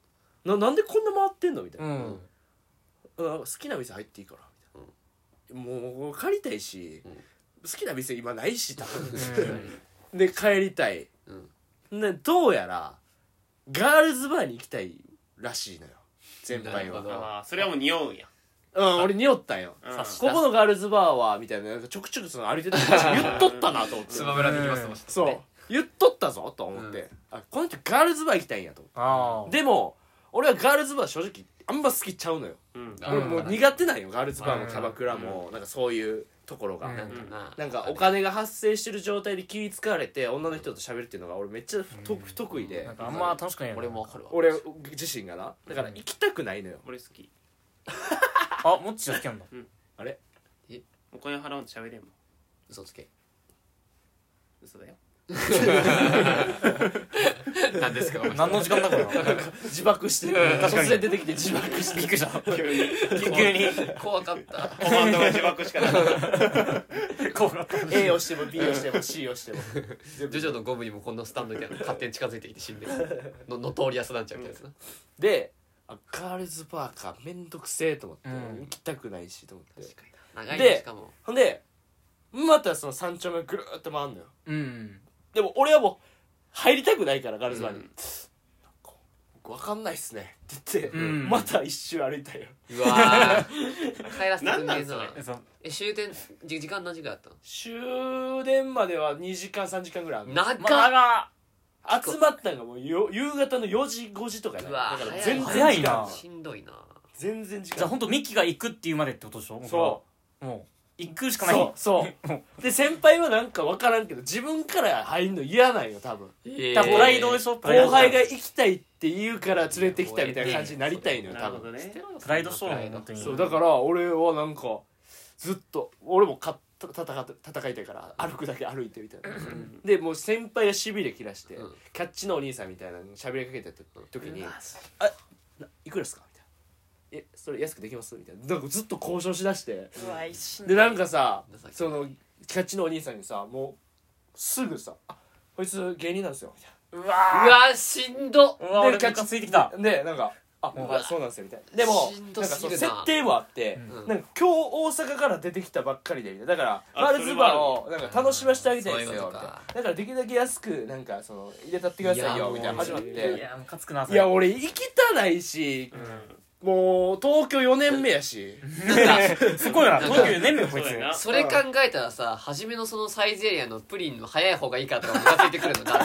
Speaker 1: ななんでこんな回ってんのみたいうな、
Speaker 3: ん
Speaker 1: うん好きな店入っていいからみたいな、もう借りたいし、
Speaker 4: うん
Speaker 1: 好きな店今ないし多分
Speaker 3: うん
Speaker 1: で帰りたい
Speaker 4: うん
Speaker 1: ねどうやらガールズバーに行きたいらしいのよ先輩
Speaker 4: なるほど
Speaker 1: は
Speaker 2: ああそれはもう匂うんや
Speaker 1: うん俺匂ったんよ
Speaker 2: うん
Speaker 4: 察し
Speaker 1: ここのガールズバーはみたいななんかちょくちょくその歩いてたら 言っとったなと思って
Speaker 4: つまむらんできますもん
Speaker 1: そう言っとったぞと思って、
Speaker 4: うん
Speaker 1: あこの人ガールズバー行きたいんやと思っ
Speaker 3: ああ
Speaker 1: てでも俺はガールズバー正直あんま好きちゃうのよ
Speaker 2: うん
Speaker 4: あ
Speaker 1: 俺もう苦手なんよガールズバーも
Speaker 3: うん
Speaker 1: キャバクラもなんかそういうところが、
Speaker 3: うん
Speaker 4: なんかな
Speaker 1: なんかお金が発生してる状態で気使われて女の人と喋るっていうのが俺めっちゃ不不得意で
Speaker 3: なんかあんま楽しくないよね
Speaker 4: 俺もわかるわ
Speaker 1: 俺自身がなだから行きたくないのよ
Speaker 2: 俺好き
Speaker 3: あもっちが好きなんだ
Speaker 1: あれ
Speaker 2: お金払うんと喋れんもん
Speaker 4: 嘘つけ
Speaker 2: 嘘だよ
Speaker 4: 何ですか 俺
Speaker 3: 何の時間だこれは
Speaker 1: 自爆してる
Speaker 3: 確か
Speaker 1: 突
Speaker 3: に
Speaker 1: 然出てきて自爆して
Speaker 3: びっくりした
Speaker 2: 急に
Speaker 3: 急に
Speaker 4: 怖かった
Speaker 2: コマンドが自爆し かない
Speaker 3: 怖かった
Speaker 1: A をしても B をしても C をしても
Speaker 4: ジョジョのゴムにもこんなスタンドみたいなの勝手に近づいてきて死んでるのの通りやすなんちゃうみたいなや
Speaker 1: であガールズバーかめんどくせえと思って、
Speaker 3: うん
Speaker 1: 行きたくないしと思って
Speaker 4: つな長い
Speaker 1: で
Speaker 4: ねしかも
Speaker 1: ほんでまたその山頂目ぐるーっと回んのよ
Speaker 3: うん
Speaker 1: でも俺はもう入りたくないからガールズバーに、
Speaker 4: うん
Speaker 1: なんか分かんないっすねって言って、
Speaker 3: うん
Speaker 1: また一周歩いたよ
Speaker 4: うわー帰らせてくんねえぞ
Speaker 2: なんなんそ
Speaker 3: えそう
Speaker 4: え終点じ時間何時間だったの
Speaker 1: 終電までは2時間3時間ぐらいある
Speaker 4: 長っ、
Speaker 3: まだ
Speaker 1: 集まったんがもうよ夕方の4時5時とかやな
Speaker 4: うわ
Speaker 1: だから
Speaker 4: 早い
Speaker 1: 全然
Speaker 3: 早いな
Speaker 4: しんどいな
Speaker 1: 全然時
Speaker 3: じゃあ
Speaker 1: 間
Speaker 3: 本当ミキが行くっていうまでってことでしょ
Speaker 1: そう
Speaker 3: もう行くし
Speaker 1: う
Speaker 3: かない
Speaker 1: そうそうで先輩はなんか分からんけど自分から入んの嫌なんよ多分
Speaker 4: え
Speaker 3: だからプライドでしょプライド
Speaker 1: 後輩が行きたいって言うから連れてきたみたいな感じになりたいのよ
Speaker 2: な
Speaker 1: 多
Speaker 2: るほど
Speaker 1: 分
Speaker 2: ね
Speaker 3: プライドショー
Speaker 4: プライド
Speaker 3: 本当に
Speaker 1: そうだから俺はなんかずっと俺も勝った戦って戦いたいから歩くだけ歩いてみたいなでもう先輩がしびれ切らして、
Speaker 4: うん
Speaker 1: キャッチのお兄さんみたいなのに喋りかけてた時に「
Speaker 4: うん
Speaker 1: あないくらですか?」みたいな「えそれ安くできます?」みたいななんかずっと交渉しだしてでなんかさ
Speaker 4: 情けない
Speaker 1: そのキャッチのお兄さんにさもうすぐさ「あこいつ芸人なんですよ」みたいう
Speaker 4: う
Speaker 3: わ
Speaker 4: わしんど
Speaker 3: ーうわ
Speaker 1: で
Speaker 3: 俺
Speaker 1: キャ
Speaker 3: ム
Speaker 1: ッチ
Speaker 3: カついてきた
Speaker 1: なでなんか「あ
Speaker 3: うん
Speaker 1: あそうなんですよ」みたいなでも
Speaker 4: しん
Speaker 1: な
Speaker 4: ど
Speaker 1: んか
Speaker 4: す
Speaker 1: そ
Speaker 4: ぎ
Speaker 1: の
Speaker 4: るな
Speaker 1: 設定もあって、
Speaker 4: うん
Speaker 1: なんか今日大阪から出てきたばっかりでみたいなだから
Speaker 2: あ
Speaker 1: ワールズバーをなんか楽しませてあげたいんです
Speaker 4: そうい
Speaker 1: よ
Speaker 4: う
Speaker 1: み
Speaker 4: こと
Speaker 1: たい
Speaker 4: か
Speaker 1: なだからできるだけ安くなんかその入れたってください
Speaker 4: いや
Speaker 1: よ
Speaker 4: もう
Speaker 1: みたいな始まっ
Speaker 3: い
Speaker 1: て
Speaker 3: やムカつくない
Speaker 1: や俺行きたないしもう東京4年目やし
Speaker 3: すごいな
Speaker 4: なんか
Speaker 3: 東京年目こいつ
Speaker 2: そうやな
Speaker 4: それ考えたらさ初めのそのサイゼリアのプリンの早い方がいいかとかムカついてくるのだ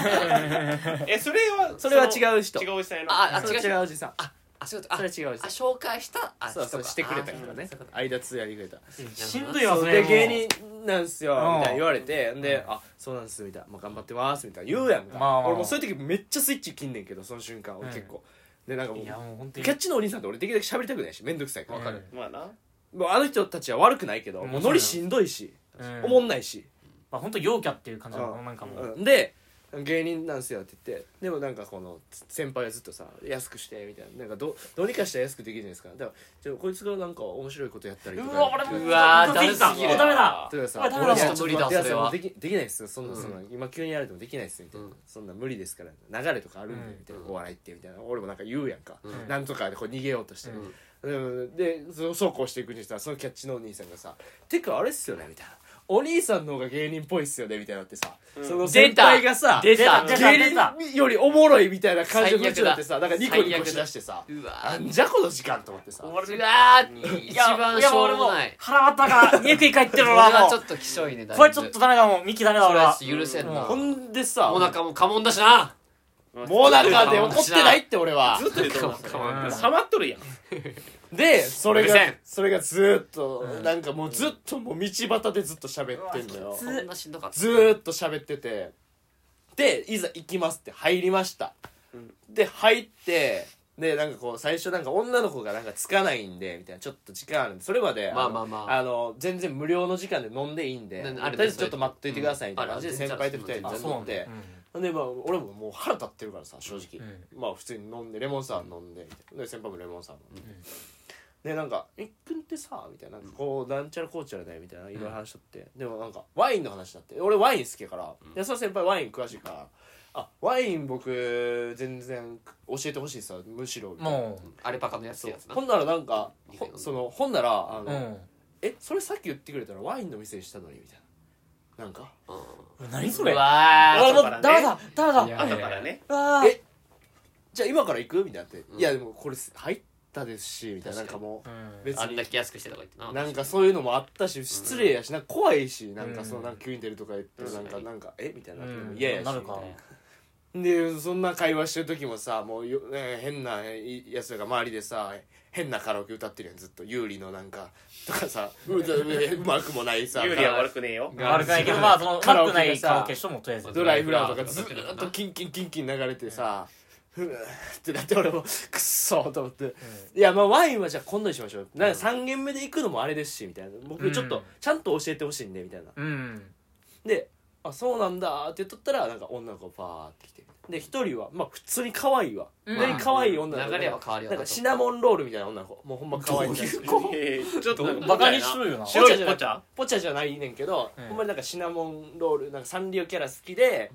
Speaker 2: えそれは
Speaker 1: それは
Speaker 2: う
Speaker 1: 違う人
Speaker 2: 違うおじさんやな
Speaker 4: ああ
Speaker 1: それ
Speaker 4: 違う
Speaker 1: 違うおじさん
Speaker 4: あそういうことあ
Speaker 1: それ違うおじ
Speaker 4: あ
Speaker 1: さん
Speaker 4: 紹介したあ
Speaker 1: そう
Speaker 4: 人
Speaker 1: そう
Speaker 4: か
Speaker 1: してくれた
Speaker 4: あ
Speaker 1: 人がね
Speaker 4: そういうこと
Speaker 1: 間通やりくれた
Speaker 3: しんどいわそれ
Speaker 1: で
Speaker 3: もう
Speaker 1: 芸人なんすよ
Speaker 3: うん
Speaker 1: みたいな言われてで「あそうなんです」みたいな「まあ、頑張ってます」みたいな言うやんか、
Speaker 3: まあまあまあ
Speaker 1: 俺もうそういう時めっちゃスイッチ切んねんけどその瞬間俺結構、でなんかもう
Speaker 3: いやもう本当
Speaker 1: キ
Speaker 3: に
Speaker 1: ャッチのお兄さんと俺できるだけ喋りたくないしめんどくさいから、
Speaker 3: わ
Speaker 1: も
Speaker 3: かる
Speaker 2: まあな
Speaker 1: うあの人たちは悪くないけど
Speaker 3: うん
Speaker 1: もうノリしんどいし、
Speaker 3: うん
Speaker 1: おもんないし、
Speaker 3: まあ本当陽キャっていう感じ
Speaker 1: う
Speaker 3: の
Speaker 1: ん
Speaker 3: なんかもう
Speaker 1: うんで芸人なんすよって言ってでもなんかこの先輩はずっとさ安くしてみたいななんかどどうにかしたら安くできるじゃないですかだからじゃあこいつがなんか面白いことやったりとか
Speaker 3: うわ俺も
Speaker 4: うわー
Speaker 3: ムカついてきた
Speaker 4: だるすぎる
Speaker 3: もうダメだ
Speaker 1: 例えばさ
Speaker 3: あダメ
Speaker 1: 俺
Speaker 3: だ
Speaker 1: いや
Speaker 4: 無理だ
Speaker 1: いや
Speaker 4: それは
Speaker 1: のできできないですよそんな、
Speaker 4: うん
Speaker 1: そんな今急にやられてもできないですみたいな、
Speaker 4: うん
Speaker 1: そんな無理ですから流れとかあるん
Speaker 3: う
Speaker 1: で
Speaker 3: ん
Speaker 1: みたいな、お笑いってみたいな俺もなんか言うやんか、
Speaker 4: うん
Speaker 1: なんとかでこう逃げようとして、
Speaker 4: うん
Speaker 1: でそそうこうしていくにさそのキャッチのお兄さんがさ「てかあれっすよね」みたいな「お兄さんの方が芸人っぽいっすよね」みたいなってさ、
Speaker 2: うん
Speaker 1: その先輩がさ
Speaker 4: 出た
Speaker 1: 芸
Speaker 3: 出た出た出た
Speaker 1: 人よりおもろいみたいな感じの風になってさ
Speaker 4: 最悪
Speaker 1: な
Speaker 4: だ
Speaker 1: んかニコニコしだしてさ
Speaker 4: うわ
Speaker 1: な
Speaker 4: ー
Speaker 1: んじゃこの時間と思ってさ
Speaker 4: うわー一番しょうもない
Speaker 3: 腹渡が家食い帰ってる
Speaker 4: これ
Speaker 3: わも
Speaker 4: は
Speaker 3: う
Speaker 4: ちょっときしょいねだいぶ
Speaker 3: これちょっとダメだもうミキダメだ
Speaker 4: そ
Speaker 3: 俺
Speaker 4: れは
Speaker 3: は
Speaker 4: 許せんな
Speaker 1: ほんでさ
Speaker 4: モナカも家紋だしな
Speaker 1: もうなんかで怒ってないって俺は
Speaker 2: ずっと言うと思う
Speaker 4: かも
Speaker 3: うん
Speaker 2: ハマっとるやん
Speaker 1: でそれが
Speaker 4: うるせえ
Speaker 1: それがずーっと
Speaker 3: うん
Speaker 1: なんかもうずっともう道端でずっと喋ってんのよ
Speaker 3: うわき
Speaker 4: そんなしんどかった
Speaker 1: ずーっと喋っててでいざ行きますって入りました、
Speaker 2: うん
Speaker 1: で入ってでなんかこう最初なんか女の子がなんかつかないんでみたいなちょっと時間あるんでそれまで
Speaker 4: まあまあまあ
Speaker 1: のの全然無料の時間で飲んでいいんでと
Speaker 4: な
Speaker 1: り
Speaker 4: あ
Speaker 1: あ
Speaker 4: る
Speaker 1: えずちょっと待っといてくださいみたいな
Speaker 4: うんあ
Speaker 1: 感
Speaker 4: る
Speaker 1: じで
Speaker 4: ある
Speaker 1: 先輩と二人で
Speaker 4: あ
Speaker 1: 飲
Speaker 4: そ
Speaker 1: んででまあ俺ももう腹立ってるからさ正直、まあ普通に飲んでレモンサワー飲んでみたいなで先輩もレモンサワー飲んで、でなんか「えっくんってさ」みたいななんかこうなんちゃらこうちゃらだよみたいないろいろ話しとって、でもなんかワインの話だって俺ワイン好きやから、でその先輩ワイン詳しいから「あワイン僕全然教えてほしいさむしろ」みたいな
Speaker 3: も
Speaker 4: アルパカのやつ
Speaker 1: そう
Speaker 4: やつな
Speaker 1: ほんならなんか
Speaker 4: いい
Speaker 1: ほ
Speaker 4: ね
Speaker 1: そのほんならあの、
Speaker 3: ううん
Speaker 1: えそれさっき言ってくれたらワインの店にしたのに」みたいななんか
Speaker 4: うん
Speaker 3: 何そうれ
Speaker 4: わ
Speaker 3: あ
Speaker 4: ー
Speaker 3: もう
Speaker 2: 後か
Speaker 3: ダ
Speaker 2: ら
Speaker 3: メ
Speaker 2: ね
Speaker 3: だダメだ
Speaker 4: いや
Speaker 2: あだからね
Speaker 3: あ
Speaker 1: えじゃあ今から行くみたいになって、いやでもこれ入ったですしみたいななん
Speaker 4: 確か
Speaker 1: か
Speaker 4: に
Speaker 1: もう
Speaker 3: ー
Speaker 1: 別
Speaker 4: あ
Speaker 1: に
Speaker 4: んだけ安くしてとか言ってな
Speaker 1: なんかそういうのもあったし失礼やしなんか怖いしなんかその
Speaker 3: うん
Speaker 1: なんか急に出るとか言って
Speaker 4: うん
Speaker 1: なんかなんかえみたいなって
Speaker 3: うん
Speaker 1: 嫌やし
Speaker 3: なるか
Speaker 1: でそんな会話してる時もさもうよ、ね変なやつが周りでさ変なカラオケ歌ってるやんずっと有利のなんかとかさうううまくもないさ
Speaker 2: 有利は悪くねえよ
Speaker 3: 悪くないけどまあその
Speaker 1: カラオケ
Speaker 3: 悪くない
Speaker 1: がさ
Speaker 3: カラオケしょもうとりあえず
Speaker 1: ドライフラワーとかずーっとキンキンキンキン流れてさふうってなって俺もくっそーと思っていやまあワインはじゃあ今度にしましょうなんか3軒目で行くのもあれですしみたいな僕ちょっ
Speaker 3: う
Speaker 1: と
Speaker 3: ん
Speaker 1: ちゃんと教えてほしいんでみたいな
Speaker 3: うん
Speaker 1: で「あそうなんだ」って言っとったらなんか女の子がバーって来てで一人はまあ普通に可愛いわ
Speaker 3: うん
Speaker 1: 普通に可愛い女の子
Speaker 4: 流れは変わるよ
Speaker 1: なんかシナモンロールみたいな女の子もうほんま可愛い
Speaker 2: えー ちょっとなんか
Speaker 3: バカにしろよな
Speaker 2: 白いポチャ
Speaker 1: ポチャじゃないねんけど、
Speaker 3: うん
Speaker 1: ほんまになんかシナモンロールなんかサンリオキャラ好きで、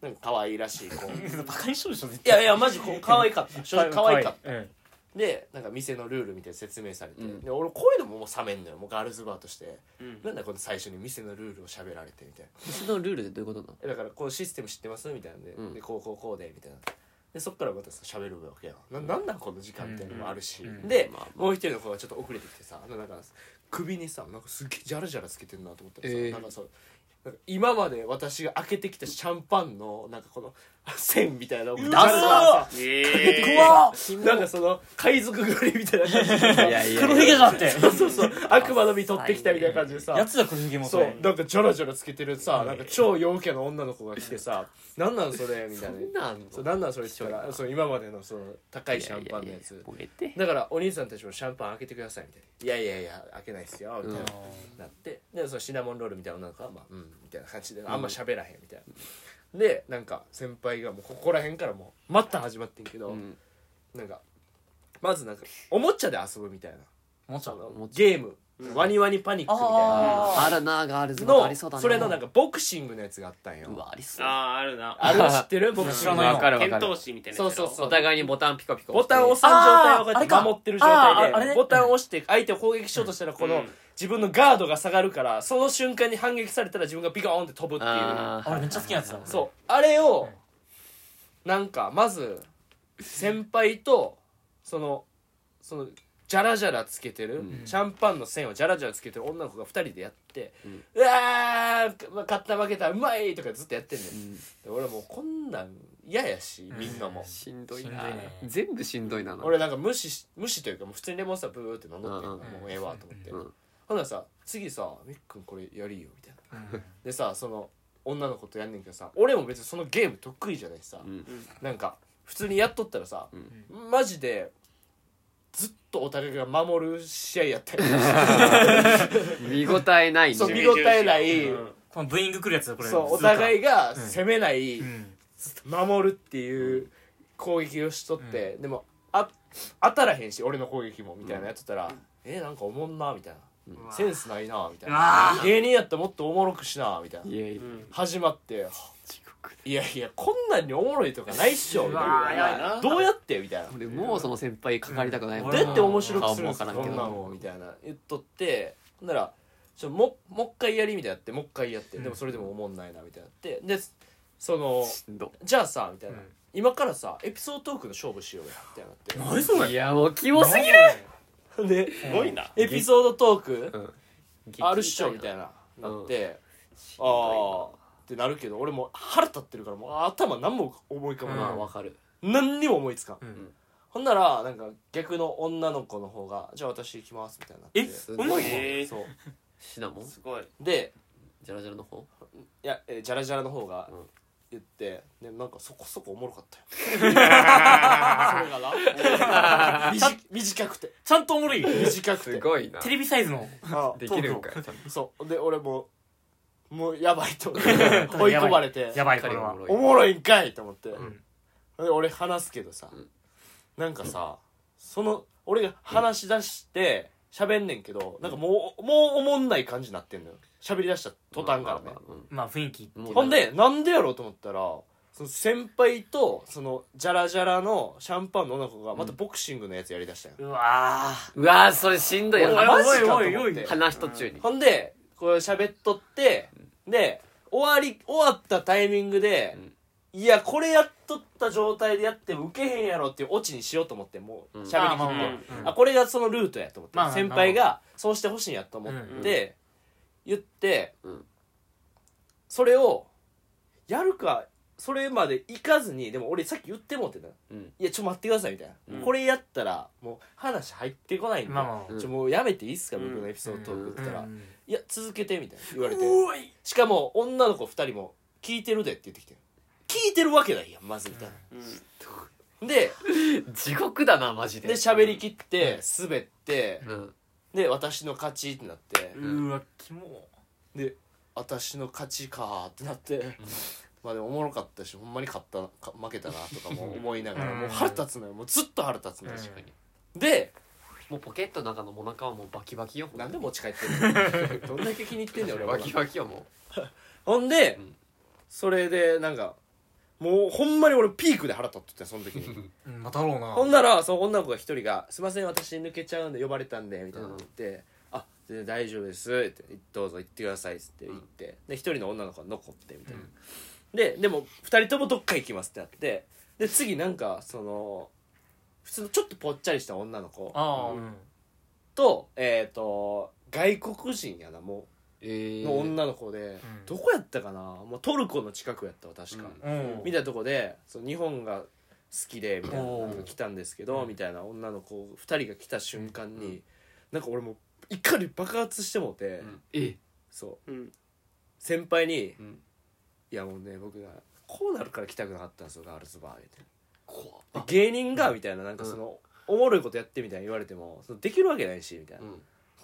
Speaker 1: なんか可愛いらしい子い
Speaker 3: バカにしろでしょ絶対
Speaker 1: やいやマジこう可愛かった正直可愛かった
Speaker 3: たうん
Speaker 1: でなんか店のルールみたいな説明されて、
Speaker 4: うん
Speaker 1: で俺こういうのももう冷めんのよもうガールズバーとして、
Speaker 2: うん
Speaker 1: なんだこの最初に店のルールを喋られてみたいな
Speaker 4: 店のルールでどういうことなの
Speaker 1: えだからこのシステム知ってますみたいなんで,、
Speaker 4: うん
Speaker 1: でこうこうこうでみたいなでそっからまたさ喋るわけやななんなんこの時間みたいなのもあるし、
Speaker 3: うん
Speaker 1: で、
Speaker 4: まあまあ
Speaker 1: もう一人の子がちょっと遅れてきてさあのなんか首にさなんかすっげえジャラジャラつけてんなと思ったらさ、
Speaker 4: えー
Speaker 1: なんかそうなんか今まで私が開けてきたシャンパンのなんかこの線みたいなのをジャラジャラ
Speaker 2: え
Speaker 3: 怖っ
Speaker 1: なんかその海賊狩りみたいな感じでさ
Speaker 4: いやいや
Speaker 3: 黒ひげじゃ んって
Speaker 1: そうそうそう悪魔の実取ってきたみたいな感じでさ
Speaker 3: やつだ黒ひげも
Speaker 1: そうなんかジャラジャラつけてるさなんか超陽キャの女の子が来てさ「なんなんそれ」みたいな
Speaker 4: そんなんあんの
Speaker 1: そうなんなんそれ」って言ったらそう今までのその高いシャンパンのや
Speaker 4: いやいやい
Speaker 1: つ
Speaker 4: やボケて
Speaker 1: だからお兄さんたちもシャンパン開けてくださいみたいな「いやいやいや開けないっすよ」みたいななってでそのシナモンロールみたいな女の子はまあうんみたいな感じであんま喋らへんみたいなでなんか先輩がもうここら辺からもう待った始まってんけど
Speaker 4: うん
Speaker 1: なんかまずなんかおもちゃで遊ぶみたいな
Speaker 3: もちゃ
Speaker 1: あ
Speaker 3: う
Speaker 1: のゲームワニワニパニックみたいな
Speaker 3: あ
Speaker 4: あるなガールズ
Speaker 1: の
Speaker 4: ありそうだな
Speaker 1: それのなんかボクシングのやつがあったん
Speaker 4: う
Speaker 1: よ
Speaker 4: わありそ
Speaker 2: ー、
Speaker 4: う
Speaker 2: あーあるな
Speaker 1: あれは知ってるボクシ
Speaker 3: 知
Speaker 1: ング
Speaker 3: らない
Speaker 1: の
Speaker 3: わ
Speaker 4: かるわ
Speaker 2: 剣
Speaker 4: かる
Speaker 2: 闘士みたいなやつ
Speaker 1: そう
Speaker 2: やろ
Speaker 1: そうそう
Speaker 4: お互いにボタンピコピコ
Speaker 1: ボタンを押さん状態をこうやって守ってる状
Speaker 3: あーあ
Speaker 1: 態
Speaker 3: れかあーあ
Speaker 1: で
Speaker 3: れ
Speaker 1: ボタンを押して相手を攻撃しようとしたらこ
Speaker 2: う
Speaker 1: の
Speaker 2: ん
Speaker 1: 自分のガードが下がるからその瞬間に反撃されたら自分がビコーンって飛ぶっていう
Speaker 4: あー
Speaker 3: 俺めっちゃ好きなやつだもん
Speaker 1: そうあれをなんかまず先輩とそのそのジャラジャラつけてる、シャンパンの線をジャラジャラつけてる女の子が2人でやって「うわーま勝った負けたうまい!」とかずっとやってんねん、で俺もうこんなん嫌やしみんなも、
Speaker 4: しんどい
Speaker 3: しん
Speaker 4: な
Speaker 3: どいね
Speaker 4: 全部しんどいな
Speaker 1: 俺なんか無視し無視というかもう普通にレモンサワーブーって飲んどってん
Speaker 4: うん
Speaker 1: からもうええわと思って、
Speaker 4: うん
Speaker 1: ほんならさ次さみっくんこれやりよみたいなでさその女の子とやんねんけどさ俺も別にそのゲーム得意じゃないしさ、
Speaker 4: うん
Speaker 1: なんか普通にやっとったらさ、マジでずっとお互いが守る試合やったり
Speaker 4: 見応えない
Speaker 1: そう見
Speaker 4: ね
Speaker 1: 応えない、
Speaker 2: うん
Speaker 3: このブーイング来るや つだこれ
Speaker 1: そうお互
Speaker 3: い
Speaker 1: いが攻めない、
Speaker 3: うん
Speaker 1: 守るっていう攻撃をしとって、でもあ当たらへんし俺の攻撃もみたいなやってたら、えなんかおもんなみたいな、センスないなみたいう
Speaker 3: わ
Speaker 1: な芸人やったらもっとおもろくしなみたいない
Speaker 4: やいや
Speaker 2: うん
Speaker 1: 始まっていやいやこんなんにおもろいとかないっしょみたい
Speaker 3: あー
Speaker 1: な
Speaker 3: やばい
Speaker 1: どうやってみたいな
Speaker 4: 俺もうその先輩かかりたくない
Speaker 3: うん
Speaker 1: どうやって面白くするんで
Speaker 4: 顔もわ
Speaker 1: す
Speaker 4: か
Speaker 1: から
Speaker 4: ん
Speaker 1: こ
Speaker 4: けど
Speaker 1: んなんをみたいな言っとってほんならちょももう一回やりみたいになってもう一回やってでもそれでもおもんないなみたいになってでその
Speaker 4: しんど
Speaker 1: じゃあさみたいな、
Speaker 3: うん
Speaker 1: 今からさエピソードトークの勝負しようやみたいになって
Speaker 3: 何それ
Speaker 4: いやもうキモすぎる
Speaker 1: です
Speaker 2: ごいな
Speaker 1: エピソードトークあるっしょみ
Speaker 4: い
Speaker 1: たいな
Speaker 4: う
Speaker 1: なんって、
Speaker 4: な
Speaker 1: ああってなるけど俺もう腹立ってるからもう頭何も思い浮かば
Speaker 4: ま
Speaker 1: ない、
Speaker 4: あわかる
Speaker 1: 何にも思いつかん、
Speaker 3: ん
Speaker 1: ほんならなんか逆の女の子の方が「じゃあ私行きます」みたいになって
Speaker 3: え
Speaker 4: す
Speaker 3: す
Speaker 4: ご
Speaker 3: ご
Speaker 4: い
Speaker 3: い
Speaker 2: えー
Speaker 1: そう
Speaker 4: シナモン
Speaker 2: すごい
Speaker 1: で
Speaker 4: ジャラジャラの方
Speaker 1: いや、えー、ジャラジャラの方が
Speaker 4: うん
Speaker 1: 言って、でなんかそこそこおもろかったよそれがな 短短くて
Speaker 3: ちゃんとおもろい
Speaker 1: 短くて
Speaker 4: ごいな
Speaker 3: テレビサイズの
Speaker 1: あ
Speaker 4: できるんかい
Speaker 1: そうで俺ももうやばいと 思って追い込まれて
Speaker 3: やばいこ
Speaker 4: 彼
Speaker 3: れ
Speaker 4: は
Speaker 3: は
Speaker 4: おもろい
Speaker 1: おもろいんかいと思って、
Speaker 3: ん
Speaker 1: で俺話すけどさ、
Speaker 4: ん
Speaker 1: なんかさその俺が話し出して喋んねんけど、なんかもうもうおもんない感じになってんのよ喋り出した途端からね、
Speaker 3: まあ雰囲気
Speaker 4: もう
Speaker 1: ほんでなんでやろうと思ったらその先輩とそのジャラジャラのシャンパンの女の子がまたボクシングのやつやりだしたよ、
Speaker 3: うわ
Speaker 4: うわーそれしんどい
Speaker 1: 俺
Speaker 4: な
Speaker 1: マジかと思っ
Speaker 3: おいおいおいお
Speaker 1: て
Speaker 3: い
Speaker 4: 話途中に
Speaker 1: ほんでこう喋っとってで終わり終わったタイミングで、いやこれやっとった状態でやってもウケへんやろっていうオチにしようと思ってもう
Speaker 4: う
Speaker 1: 喋り
Speaker 4: ん
Speaker 1: きって、
Speaker 3: あまあ
Speaker 1: あ
Speaker 3: まあまあ
Speaker 1: これがそのルートやと思って、
Speaker 3: まあまあ
Speaker 1: 先輩がそうしてほしいんやと思って、
Speaker 3: うんうん
Speaker 1: 言って、
Speaker 4: うん
Speaker 1: それをやるかそれまで行かずにでも俺さっき言ってもってた
Speaker 4: うん
Speaker 1: いやちょ待ってくださいみたいな、
Speaker 2: うん
Speaker 1: これやったらもう話入ってこないんで、
Speaker 3: まあまあ
Speaker 4: うん
Speaker 1: ちょもうやめていいっすか、
Speaker 2: うん
Speaker 1: 僕のエピソードトークって言ったら、
Speaker 3: うん
Speaker 1: いや続けてみたいな言われて
Speaker 3: おい
Speaker 1: しかも女の子2人も「聞いてるで」って言ってきて聞いてるわけないやんまずみたいな、
Speaker 2: うん
Speaker 1: で
Speaker 4: 地獄だなマジで
Speaker 1: で喋りきって滑って、
Speaker 4: うん
Speaker 1: で私の勝ちってなって、
Speaker 3: うわキモ
Speaker 1: で私の勝ちかーってなって、まあでもおもろかったしほんまに勝ったか負けたなとかも思いながら、
Speaker 3: うん
Speaker 1: もう腹立つのよもうずっと腹立つのよ、
Speaker 3: うん
Speaker 4: 確かに
Speaker 1: で
Speaker 4: もうポケットの中のモナカはもうバキバキよ
Speaker 1: なんで持ち帰ってんの どんだけ気に入ってんねん俺
Speaker 4: バキバキよも
Speaker 1: ほんで、
Speaker 4: うん
Speaker 1: それでなんかもうほんまに俺ピークで腹立っててその時に
Speaker 3: うんまたろう な
Speaker 1: ほんならその女の子が一人が「すいません私抜けちゃうんで呼ばれたんで」みたいなの言って「あ全然大丈夫です」って「どうぞ行ってください」っつって言って、で一人の女の子が残ってみたいな、ででも2人ともどっか行きますってなってで次なんかその普通のちょっとぽっちゃりした女の子
Speaker 3: ああ、
Speaker 2: う
Speaker 1: とえっ、と外国人やなも
Speaker 4: えー
Speaker 1: うの女の子で、
Speaker 3: ん
Speaker 1: どこやったかなもうトルコの近くやったわ確か、
Speaker 3: うん
Speaker 1: みたいなとこでその日本が好きでみたいな
Speaker 3: おー
Speaker 1: なんか来たんですけど、
Speaker 3: うん
Speaker 1: みたいな女の子2人が来た瞬間に、なんか俺もう怒り爆発してもうて、
Speaker 2: ん
Speaker 4: え
Speaker 1: そう
Speaker 2: うん
Speaker 1: 先輩に、
Speaker 4: うん
Speaker 1: いやもうね僕がこうなるから来たくなかったんですよガールズバー」みたい
Speaker 4: 怖っ
Speaker 1: なで芸人が」みたいななんかその、おもろいことやってみたいに言われてもそのできるわけないしみたいな、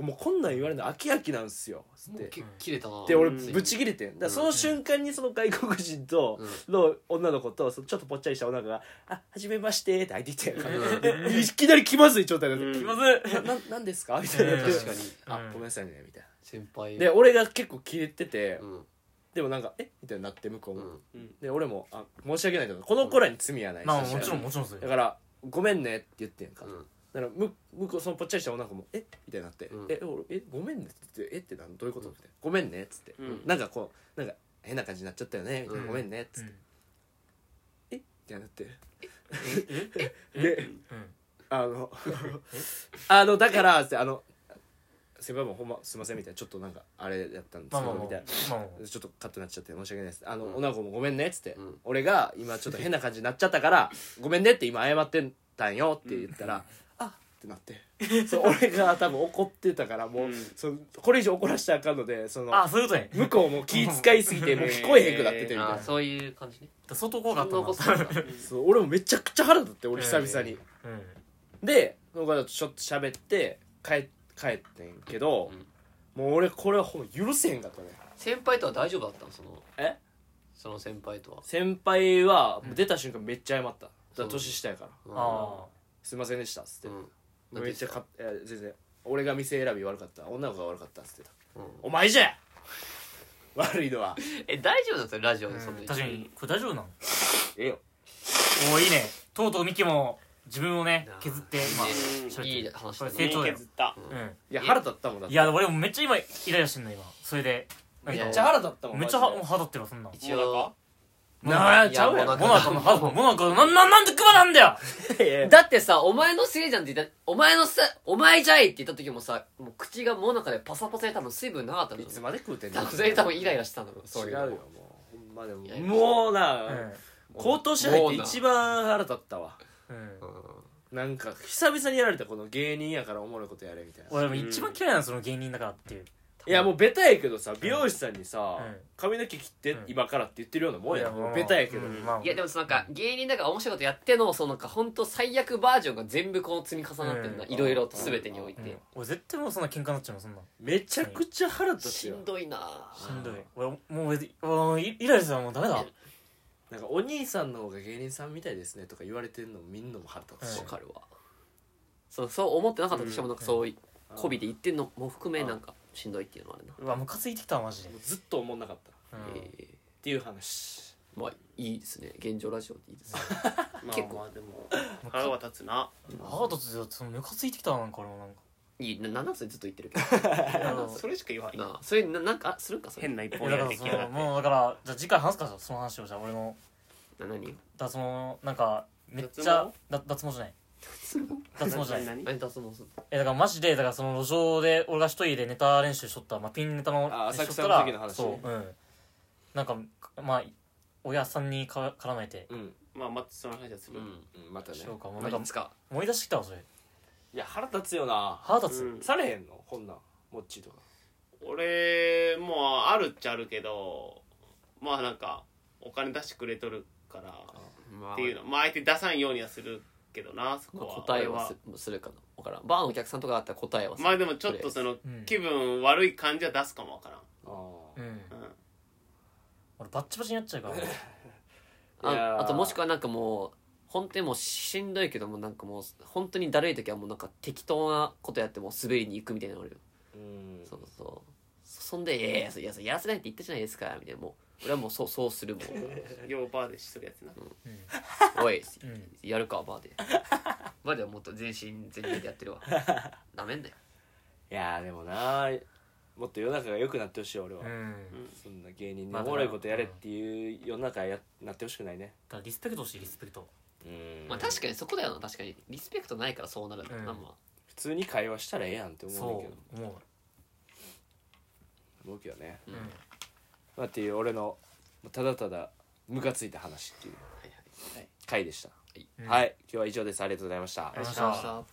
Speaker 1: もうこんなん言われるの飽き飽きなんすよつっ
Speaker 4: もう
Speaker 1: て
Speaker 4: け切れたな
Speaker 1: で俺
Speaker 2: うん
Speaker 1: ぶち切れてんだからその瞬間にその外国人との女の子とそのちょっとぽっちゃりした女の子が「あはじめまして」って入ってきて
Speaker 4: うん
Speaker 1: で いきなり気まずい状態だった
Speaker 2: うん
Speaker 1: 気まずいなななんですか?」みたいになって
Speaker 4: 確かに
Speaker 1: あ
Speaker 3: う
Speaker 1: ご
Speaker 3: ん
Speaker 1: めんなさいね」みたいな
Speaker 4: 先輩
Speaker 1: で俺が結構切れてて
Speaker 4: うん
Speaker 1: でもなんか「えみたいになって向こう
Speaker 4: う
Speaker 1: も
Speaker 4: ん
Speaker 1: で俺もあ「申し訳ないけどこの子らに罪はない」
Speaker 3: まあ
Speaker 1: そした
Speaker 3: も
Speaker 1: ら
Speaker 3: ちろんもちろんそう
Speaker 1: だ
Speaker 3: よ
Speaker 1: から「ごめんね」って言ってんか
Speaker 4: うん
Speaker 1: だからむ向こうそのぽっちゃりした女の子も「えみたいになって「
Speaker 4: うん
Speaker 1: え俺えごめんね」っつって「えってなんどういうこと?」みたいな「ごめんね」っつって、
Speaker 2: うん
Speaker 1: なんかこうなんか変な感じになっちゃったよねみたいな、
Speaker 4: うん
Speaker 1: ごめんね」っ
Speaker 3: う
Speaker 1: つって「
Speaker 3: ん
Speaker 1: えみたいになって
Speaker 3: え
Speaker 1: で
Speaker 3: うん
Speaker 1: あの あのだからっつってあの先輩もほんますいませんみたいなちょっとなんかあれだったんです
Speaker 3: まあ
Speaker 1: け
Speaker 3: ま
Speaker 1: ど
Speaker 3: あまあ
Speaker 1: みたいな
Speaker 3: まあまあ
Speaker 1: ちょっとカットになっちゃって申し訳ないですあの、
Speaker 4: うん
Speaker 1: 女の子も「ごめんね」っつって、
Speaker 4: うん
Speaker 1: 俺が今ちょっと変な感じになっちゃったから「ごめんね」って今謝ってたんよって言ったら「あっ」ってなってそう俺が多分怒ってたからもう、
Speaker 2: うん
Speaker 1: そのこれ以上怒らしちゃあかんのでその
Speaker 3: あそういうことね
Speaker 1: 向こうも気遣いすぎてもう聞こえへんくなっててみたい
Speaker 4: あ
Speaker 1: な
Speaker 4: ー、そういう感じね
Speaker 3: 相当怖かったな
Speaker 4: 残すんだ
Speaker 1: そう俺もめちゃくちゃ腹立って俺久々に、
Speaker 3: うん
Speaker 1: でその方とちょっと喋って帰帰ってんけど、もう俺これはほんま許せへんかったね
Speaker 4: 先輩とは大丈夫だったのその
Speaker 1: え
Speaker 4: その先輩とは
Speaker 1: 先輩は出た瞬間めっちゃ謝った、だから年下やから
Speaker 4: うん
Speaker 3: あ
Speaker 1: 「すいませんでした」っつって、
Speaker 4: うん
Speaker 1: めっちゃかいや全然俺が店選び悪かった女の子が悪かったっつってた
Speaker 4: うん
Speaker 1: 「お前じゃ悪いのは
Speaker 4: え大丈夫だったのラジ
Speaker 3: あ
Speaker 4: オでそんな
Speaker 3: 確かにこれ大丈夫なの
Speaker 1: ええよ
Speaker 3: おーいいねとうとうミキも自分をね
Speaker 4: なあ
Speaker 3: 削って
Speaker 2: うん
Speaker 3: 今
Speaker 4: いい
Speaker 3: 喋
Speaker 4: 話
Speaker 3: こ
Speaker 4: だ
Speaker 3: れ
Speaker 4: ね
Speaker 3: 成長だよ
Speaker 2: 削った
Speaker 3: うん
Speaker 1: いや腹立ったもんだっ
Speaker 3: い
Speaker 1: て
Speaker 3: や俺もめっちゃ今イライラしてんの今それでなん
Speaker 1: め
Speaker 3: か
Speaker 1: っちゃ腹立ったもん
Speaker 3: めっちゃ
Speaker 1: マ
Speaker 3: は
Speaker 1: ジ
Speaker 3: もう
Speaker 1: で
Speaker 3: 歯立ってるわそんなん
Speaker 4: 一応
Speaker 3: なあ
Speaker 1: いやちゃうやろ
Speaker 3: モナカの歯モナカのなんなんなんでクマなんだよ
Speaker 1: いや
Speaker 4: だってさお前のせいじゃんって言ったお前のさお前じゃいって言った時もさもう口がもなかでパサパサで多分水分なかったん
Speaker 1: いや
Speaker 4: だ
Speaker 1: い
Speaker 4: ろう
Speaker 1: つ
Speaker 4: ね
Speaker 1: まで食うてん
Speaker 4: 多
Speaker 1: の
Speaker 4: 分それ多分イライラしたんだろうそう
Speaker 1: 違
Speaker 4: いううの
Speaker 1: よもうほんまでも
Speaker 4: いやいや
Speaker 1: もうな、
Speaker 3: うん
Speaker 1: 今年入って一番腹立ったわ
Speaker 3: うん
Speaker 4: うん
Speaker 1: なんか久々にやられたこの芸人やからおもろいことやれみたいな
Speaker 3: 俺も一番嫌いなのその芸人だからっていう
Speaker 1: いやもうベタやけどさ美容師さんにさ、
Speaker 3: うん
Speaker 1: 髪の毛切って
Speaker 3: うん
Speaker 1: 今からって言ってるようなもんや、
Speaker 3: い
Speaker 1: もうベタやけど、
Speaker 3: うんまあ
Speaker 4: いやでもさなんか芸人だから面白いことやってのそのなんか本当最悪バージョンが全部こう積み重なってるな
Speaker 3: うん
Speaker 4: いろいろと全てにおい
Speaker 3: うん
Speaker 4: て
Speaker 3: 俺絶対もうそんな喧嘩になっちゃうのそんなん
Speaker 1: めちゃくちゃ腹立つ
Speaker 4: し
Speaker 1: よ
Speaker 4: んどいな
Speaker 3: しんどい俺もう俺俺イライラしたらもうダメだ
Speaker 1: なんかお兄さんの方が芸人さんみたいですねとか言われてるの見んのも腹立つし
Speaker 4: わ、かるわそうそう思ってなかったとしてもなんかそういう
Speaker 1: うん
Speaker 4: 媚びで言ってんのも含めなんかしんどいっていうのはあるな
Speaker 3: うわムカついてきたわマジで
Speaker 1: もうずっと思んなかったっ
Speaker 3: うん
Speaker 4: えー
Speaker 1: ていう話
Speaker 4: まあいいですね現状ラジオっていいですね
Speaker 2: ま
Speaker 4: 結
Speaker 2: あ
Speaker 4: 構
Speaker 2: まあでも腹は立つな
Speaker 3: 腹立つよそのムカついてきたわなんか俺もなんか
Speaker 4: いいな7歳ずっと言ってるけど
Speaker 2: それしか言わない
Speaker 4: なあそれななんかするんかそれ
Speaker 2: 変な一
Speaker 3: いや
Speaker 2: 本
Speaker 3: だ
Speaker 2: や
Speaker 3: か
Speaker 2: りで
Speaker 3: らそ
Speaker 2: きやが
Speaker 3: の
Speaker 2: って
Speaker 3: もうだからじゃあ次回話すかその話をじゃあ俺の
Speaker 4: な何
Speaker 3: だそのなんかめっちゃだ脱毛じゃない脱毛じゃない
Speaker 2: 何
Speaker 4: 何脱毛する
Speaker 3: えだからマジでだからその路上で俺が一人でネタ練習しとった、まあ、ピンネタの
Speaker 1: あ
Speaker 3: 練習しとっ
Speaker 1: 浅草
Speaker 3: た
Speaker 1: の
Speaker 3: ら
Speaker 1: 時の話
Speaker 3: そううんなんかまあ親さんにか絡まれて
Speaker 1: うん、
Speaker 2: まあまたその話はす
Speaker 4: う
Speaker 2: る
Speaker 4: ん
Speaker 1: うん、またね
Speaker 3: しようかもうな
Speaker 4: ま
Speaker 3: ん
Speaker 4: あ
Speaker 3: か
Speaker 4: いつか
Speaker 3: 思い出してきたわそれ
Speaker 1: いや腹立つよな
Speaker 3: 腹立つ、
Speaker 2: うん
Speaker 1: されへんのこんなんもっちーとか
Speaker 2: 俺もうあるっちゃあるけどまあなんかお金出してくれとるから
Speaker 4: まあ
Speaker 2: っていうのまあ相手出さんようにはするけどなそ
Speaker 4: ま
Speaker 2: こ
Speaker 4: あ
Speaker 2: は
Speaker 4: 答え
Speaker 2: 俺
Speaker 4: はすするかな分からんバーのお客さんとかだったら答えはする
Speaker 2: まあでもちょっとその
Speaker 3: うん
Speaker 2: 気分悪い感じは出すかもわ からん
Speaker 1: あ
Speaker 3: う
Speaker 1: あ
Speaker 3: ん、
Speaker 2: うん
Speaker 3: 俺バッチバチになっちゃうから
Speaker 1: いやー
Speaker 4: ああともしくはなんかもう本当にもうしんどいけどもなんかもう本当にだるい時はもうなんか適当なことやってもう滑りに行くみたいなのあるよ、
Speaker 1: うん
Speaker 4: そうそうそそんで「いやいやそいやそれやらせないって言ったじゃないですか」みたいなもう俺はもうそうそうす るもん
Speaker 2: ようバーでしとるやつな
Speaker 4: お い、
Speaker 3: ん
Speaker 4: やるかバーでバーではもっと全身全霊でやってるわなめんなよ
Speaker 1: いやーでもなもっと世の中が良くなってほしい俺は、
Speaker 3: うん
Speaker 1: そんな芸人に
Speaker 3: ま
Speaker 1: お
Speaker 3: あ
Speaker 1: もろいことやれっていう世の中やなってほしくないね
Speaker 3: だからリスペクトしてリスペクト
Speaker 1: うん
Speaker 4: まあ確かにそこだよな確かにリスペクトないからそうなるんだよな、
Speaker 3: うん
Speaker 4: まあ
Speaker 1: 普通に会話したらええやんって思うんだけ
Speaker 3: そ
Speaker 1: ど
Speaker 3: う思
Speaker 1: 思うけどね、
Speaker 3: う、
Speaker 4: うん
Speaker 3: うん
Speaker 1: まあ、っていう俺のただただムカついた話っていう
Speaker 4: はいはい
Speaker 1: 回でした、
Speaker 3: うん
Speaker 1: はい今日は以上ですありがとうございました、
Speaker 3: ありがとうございました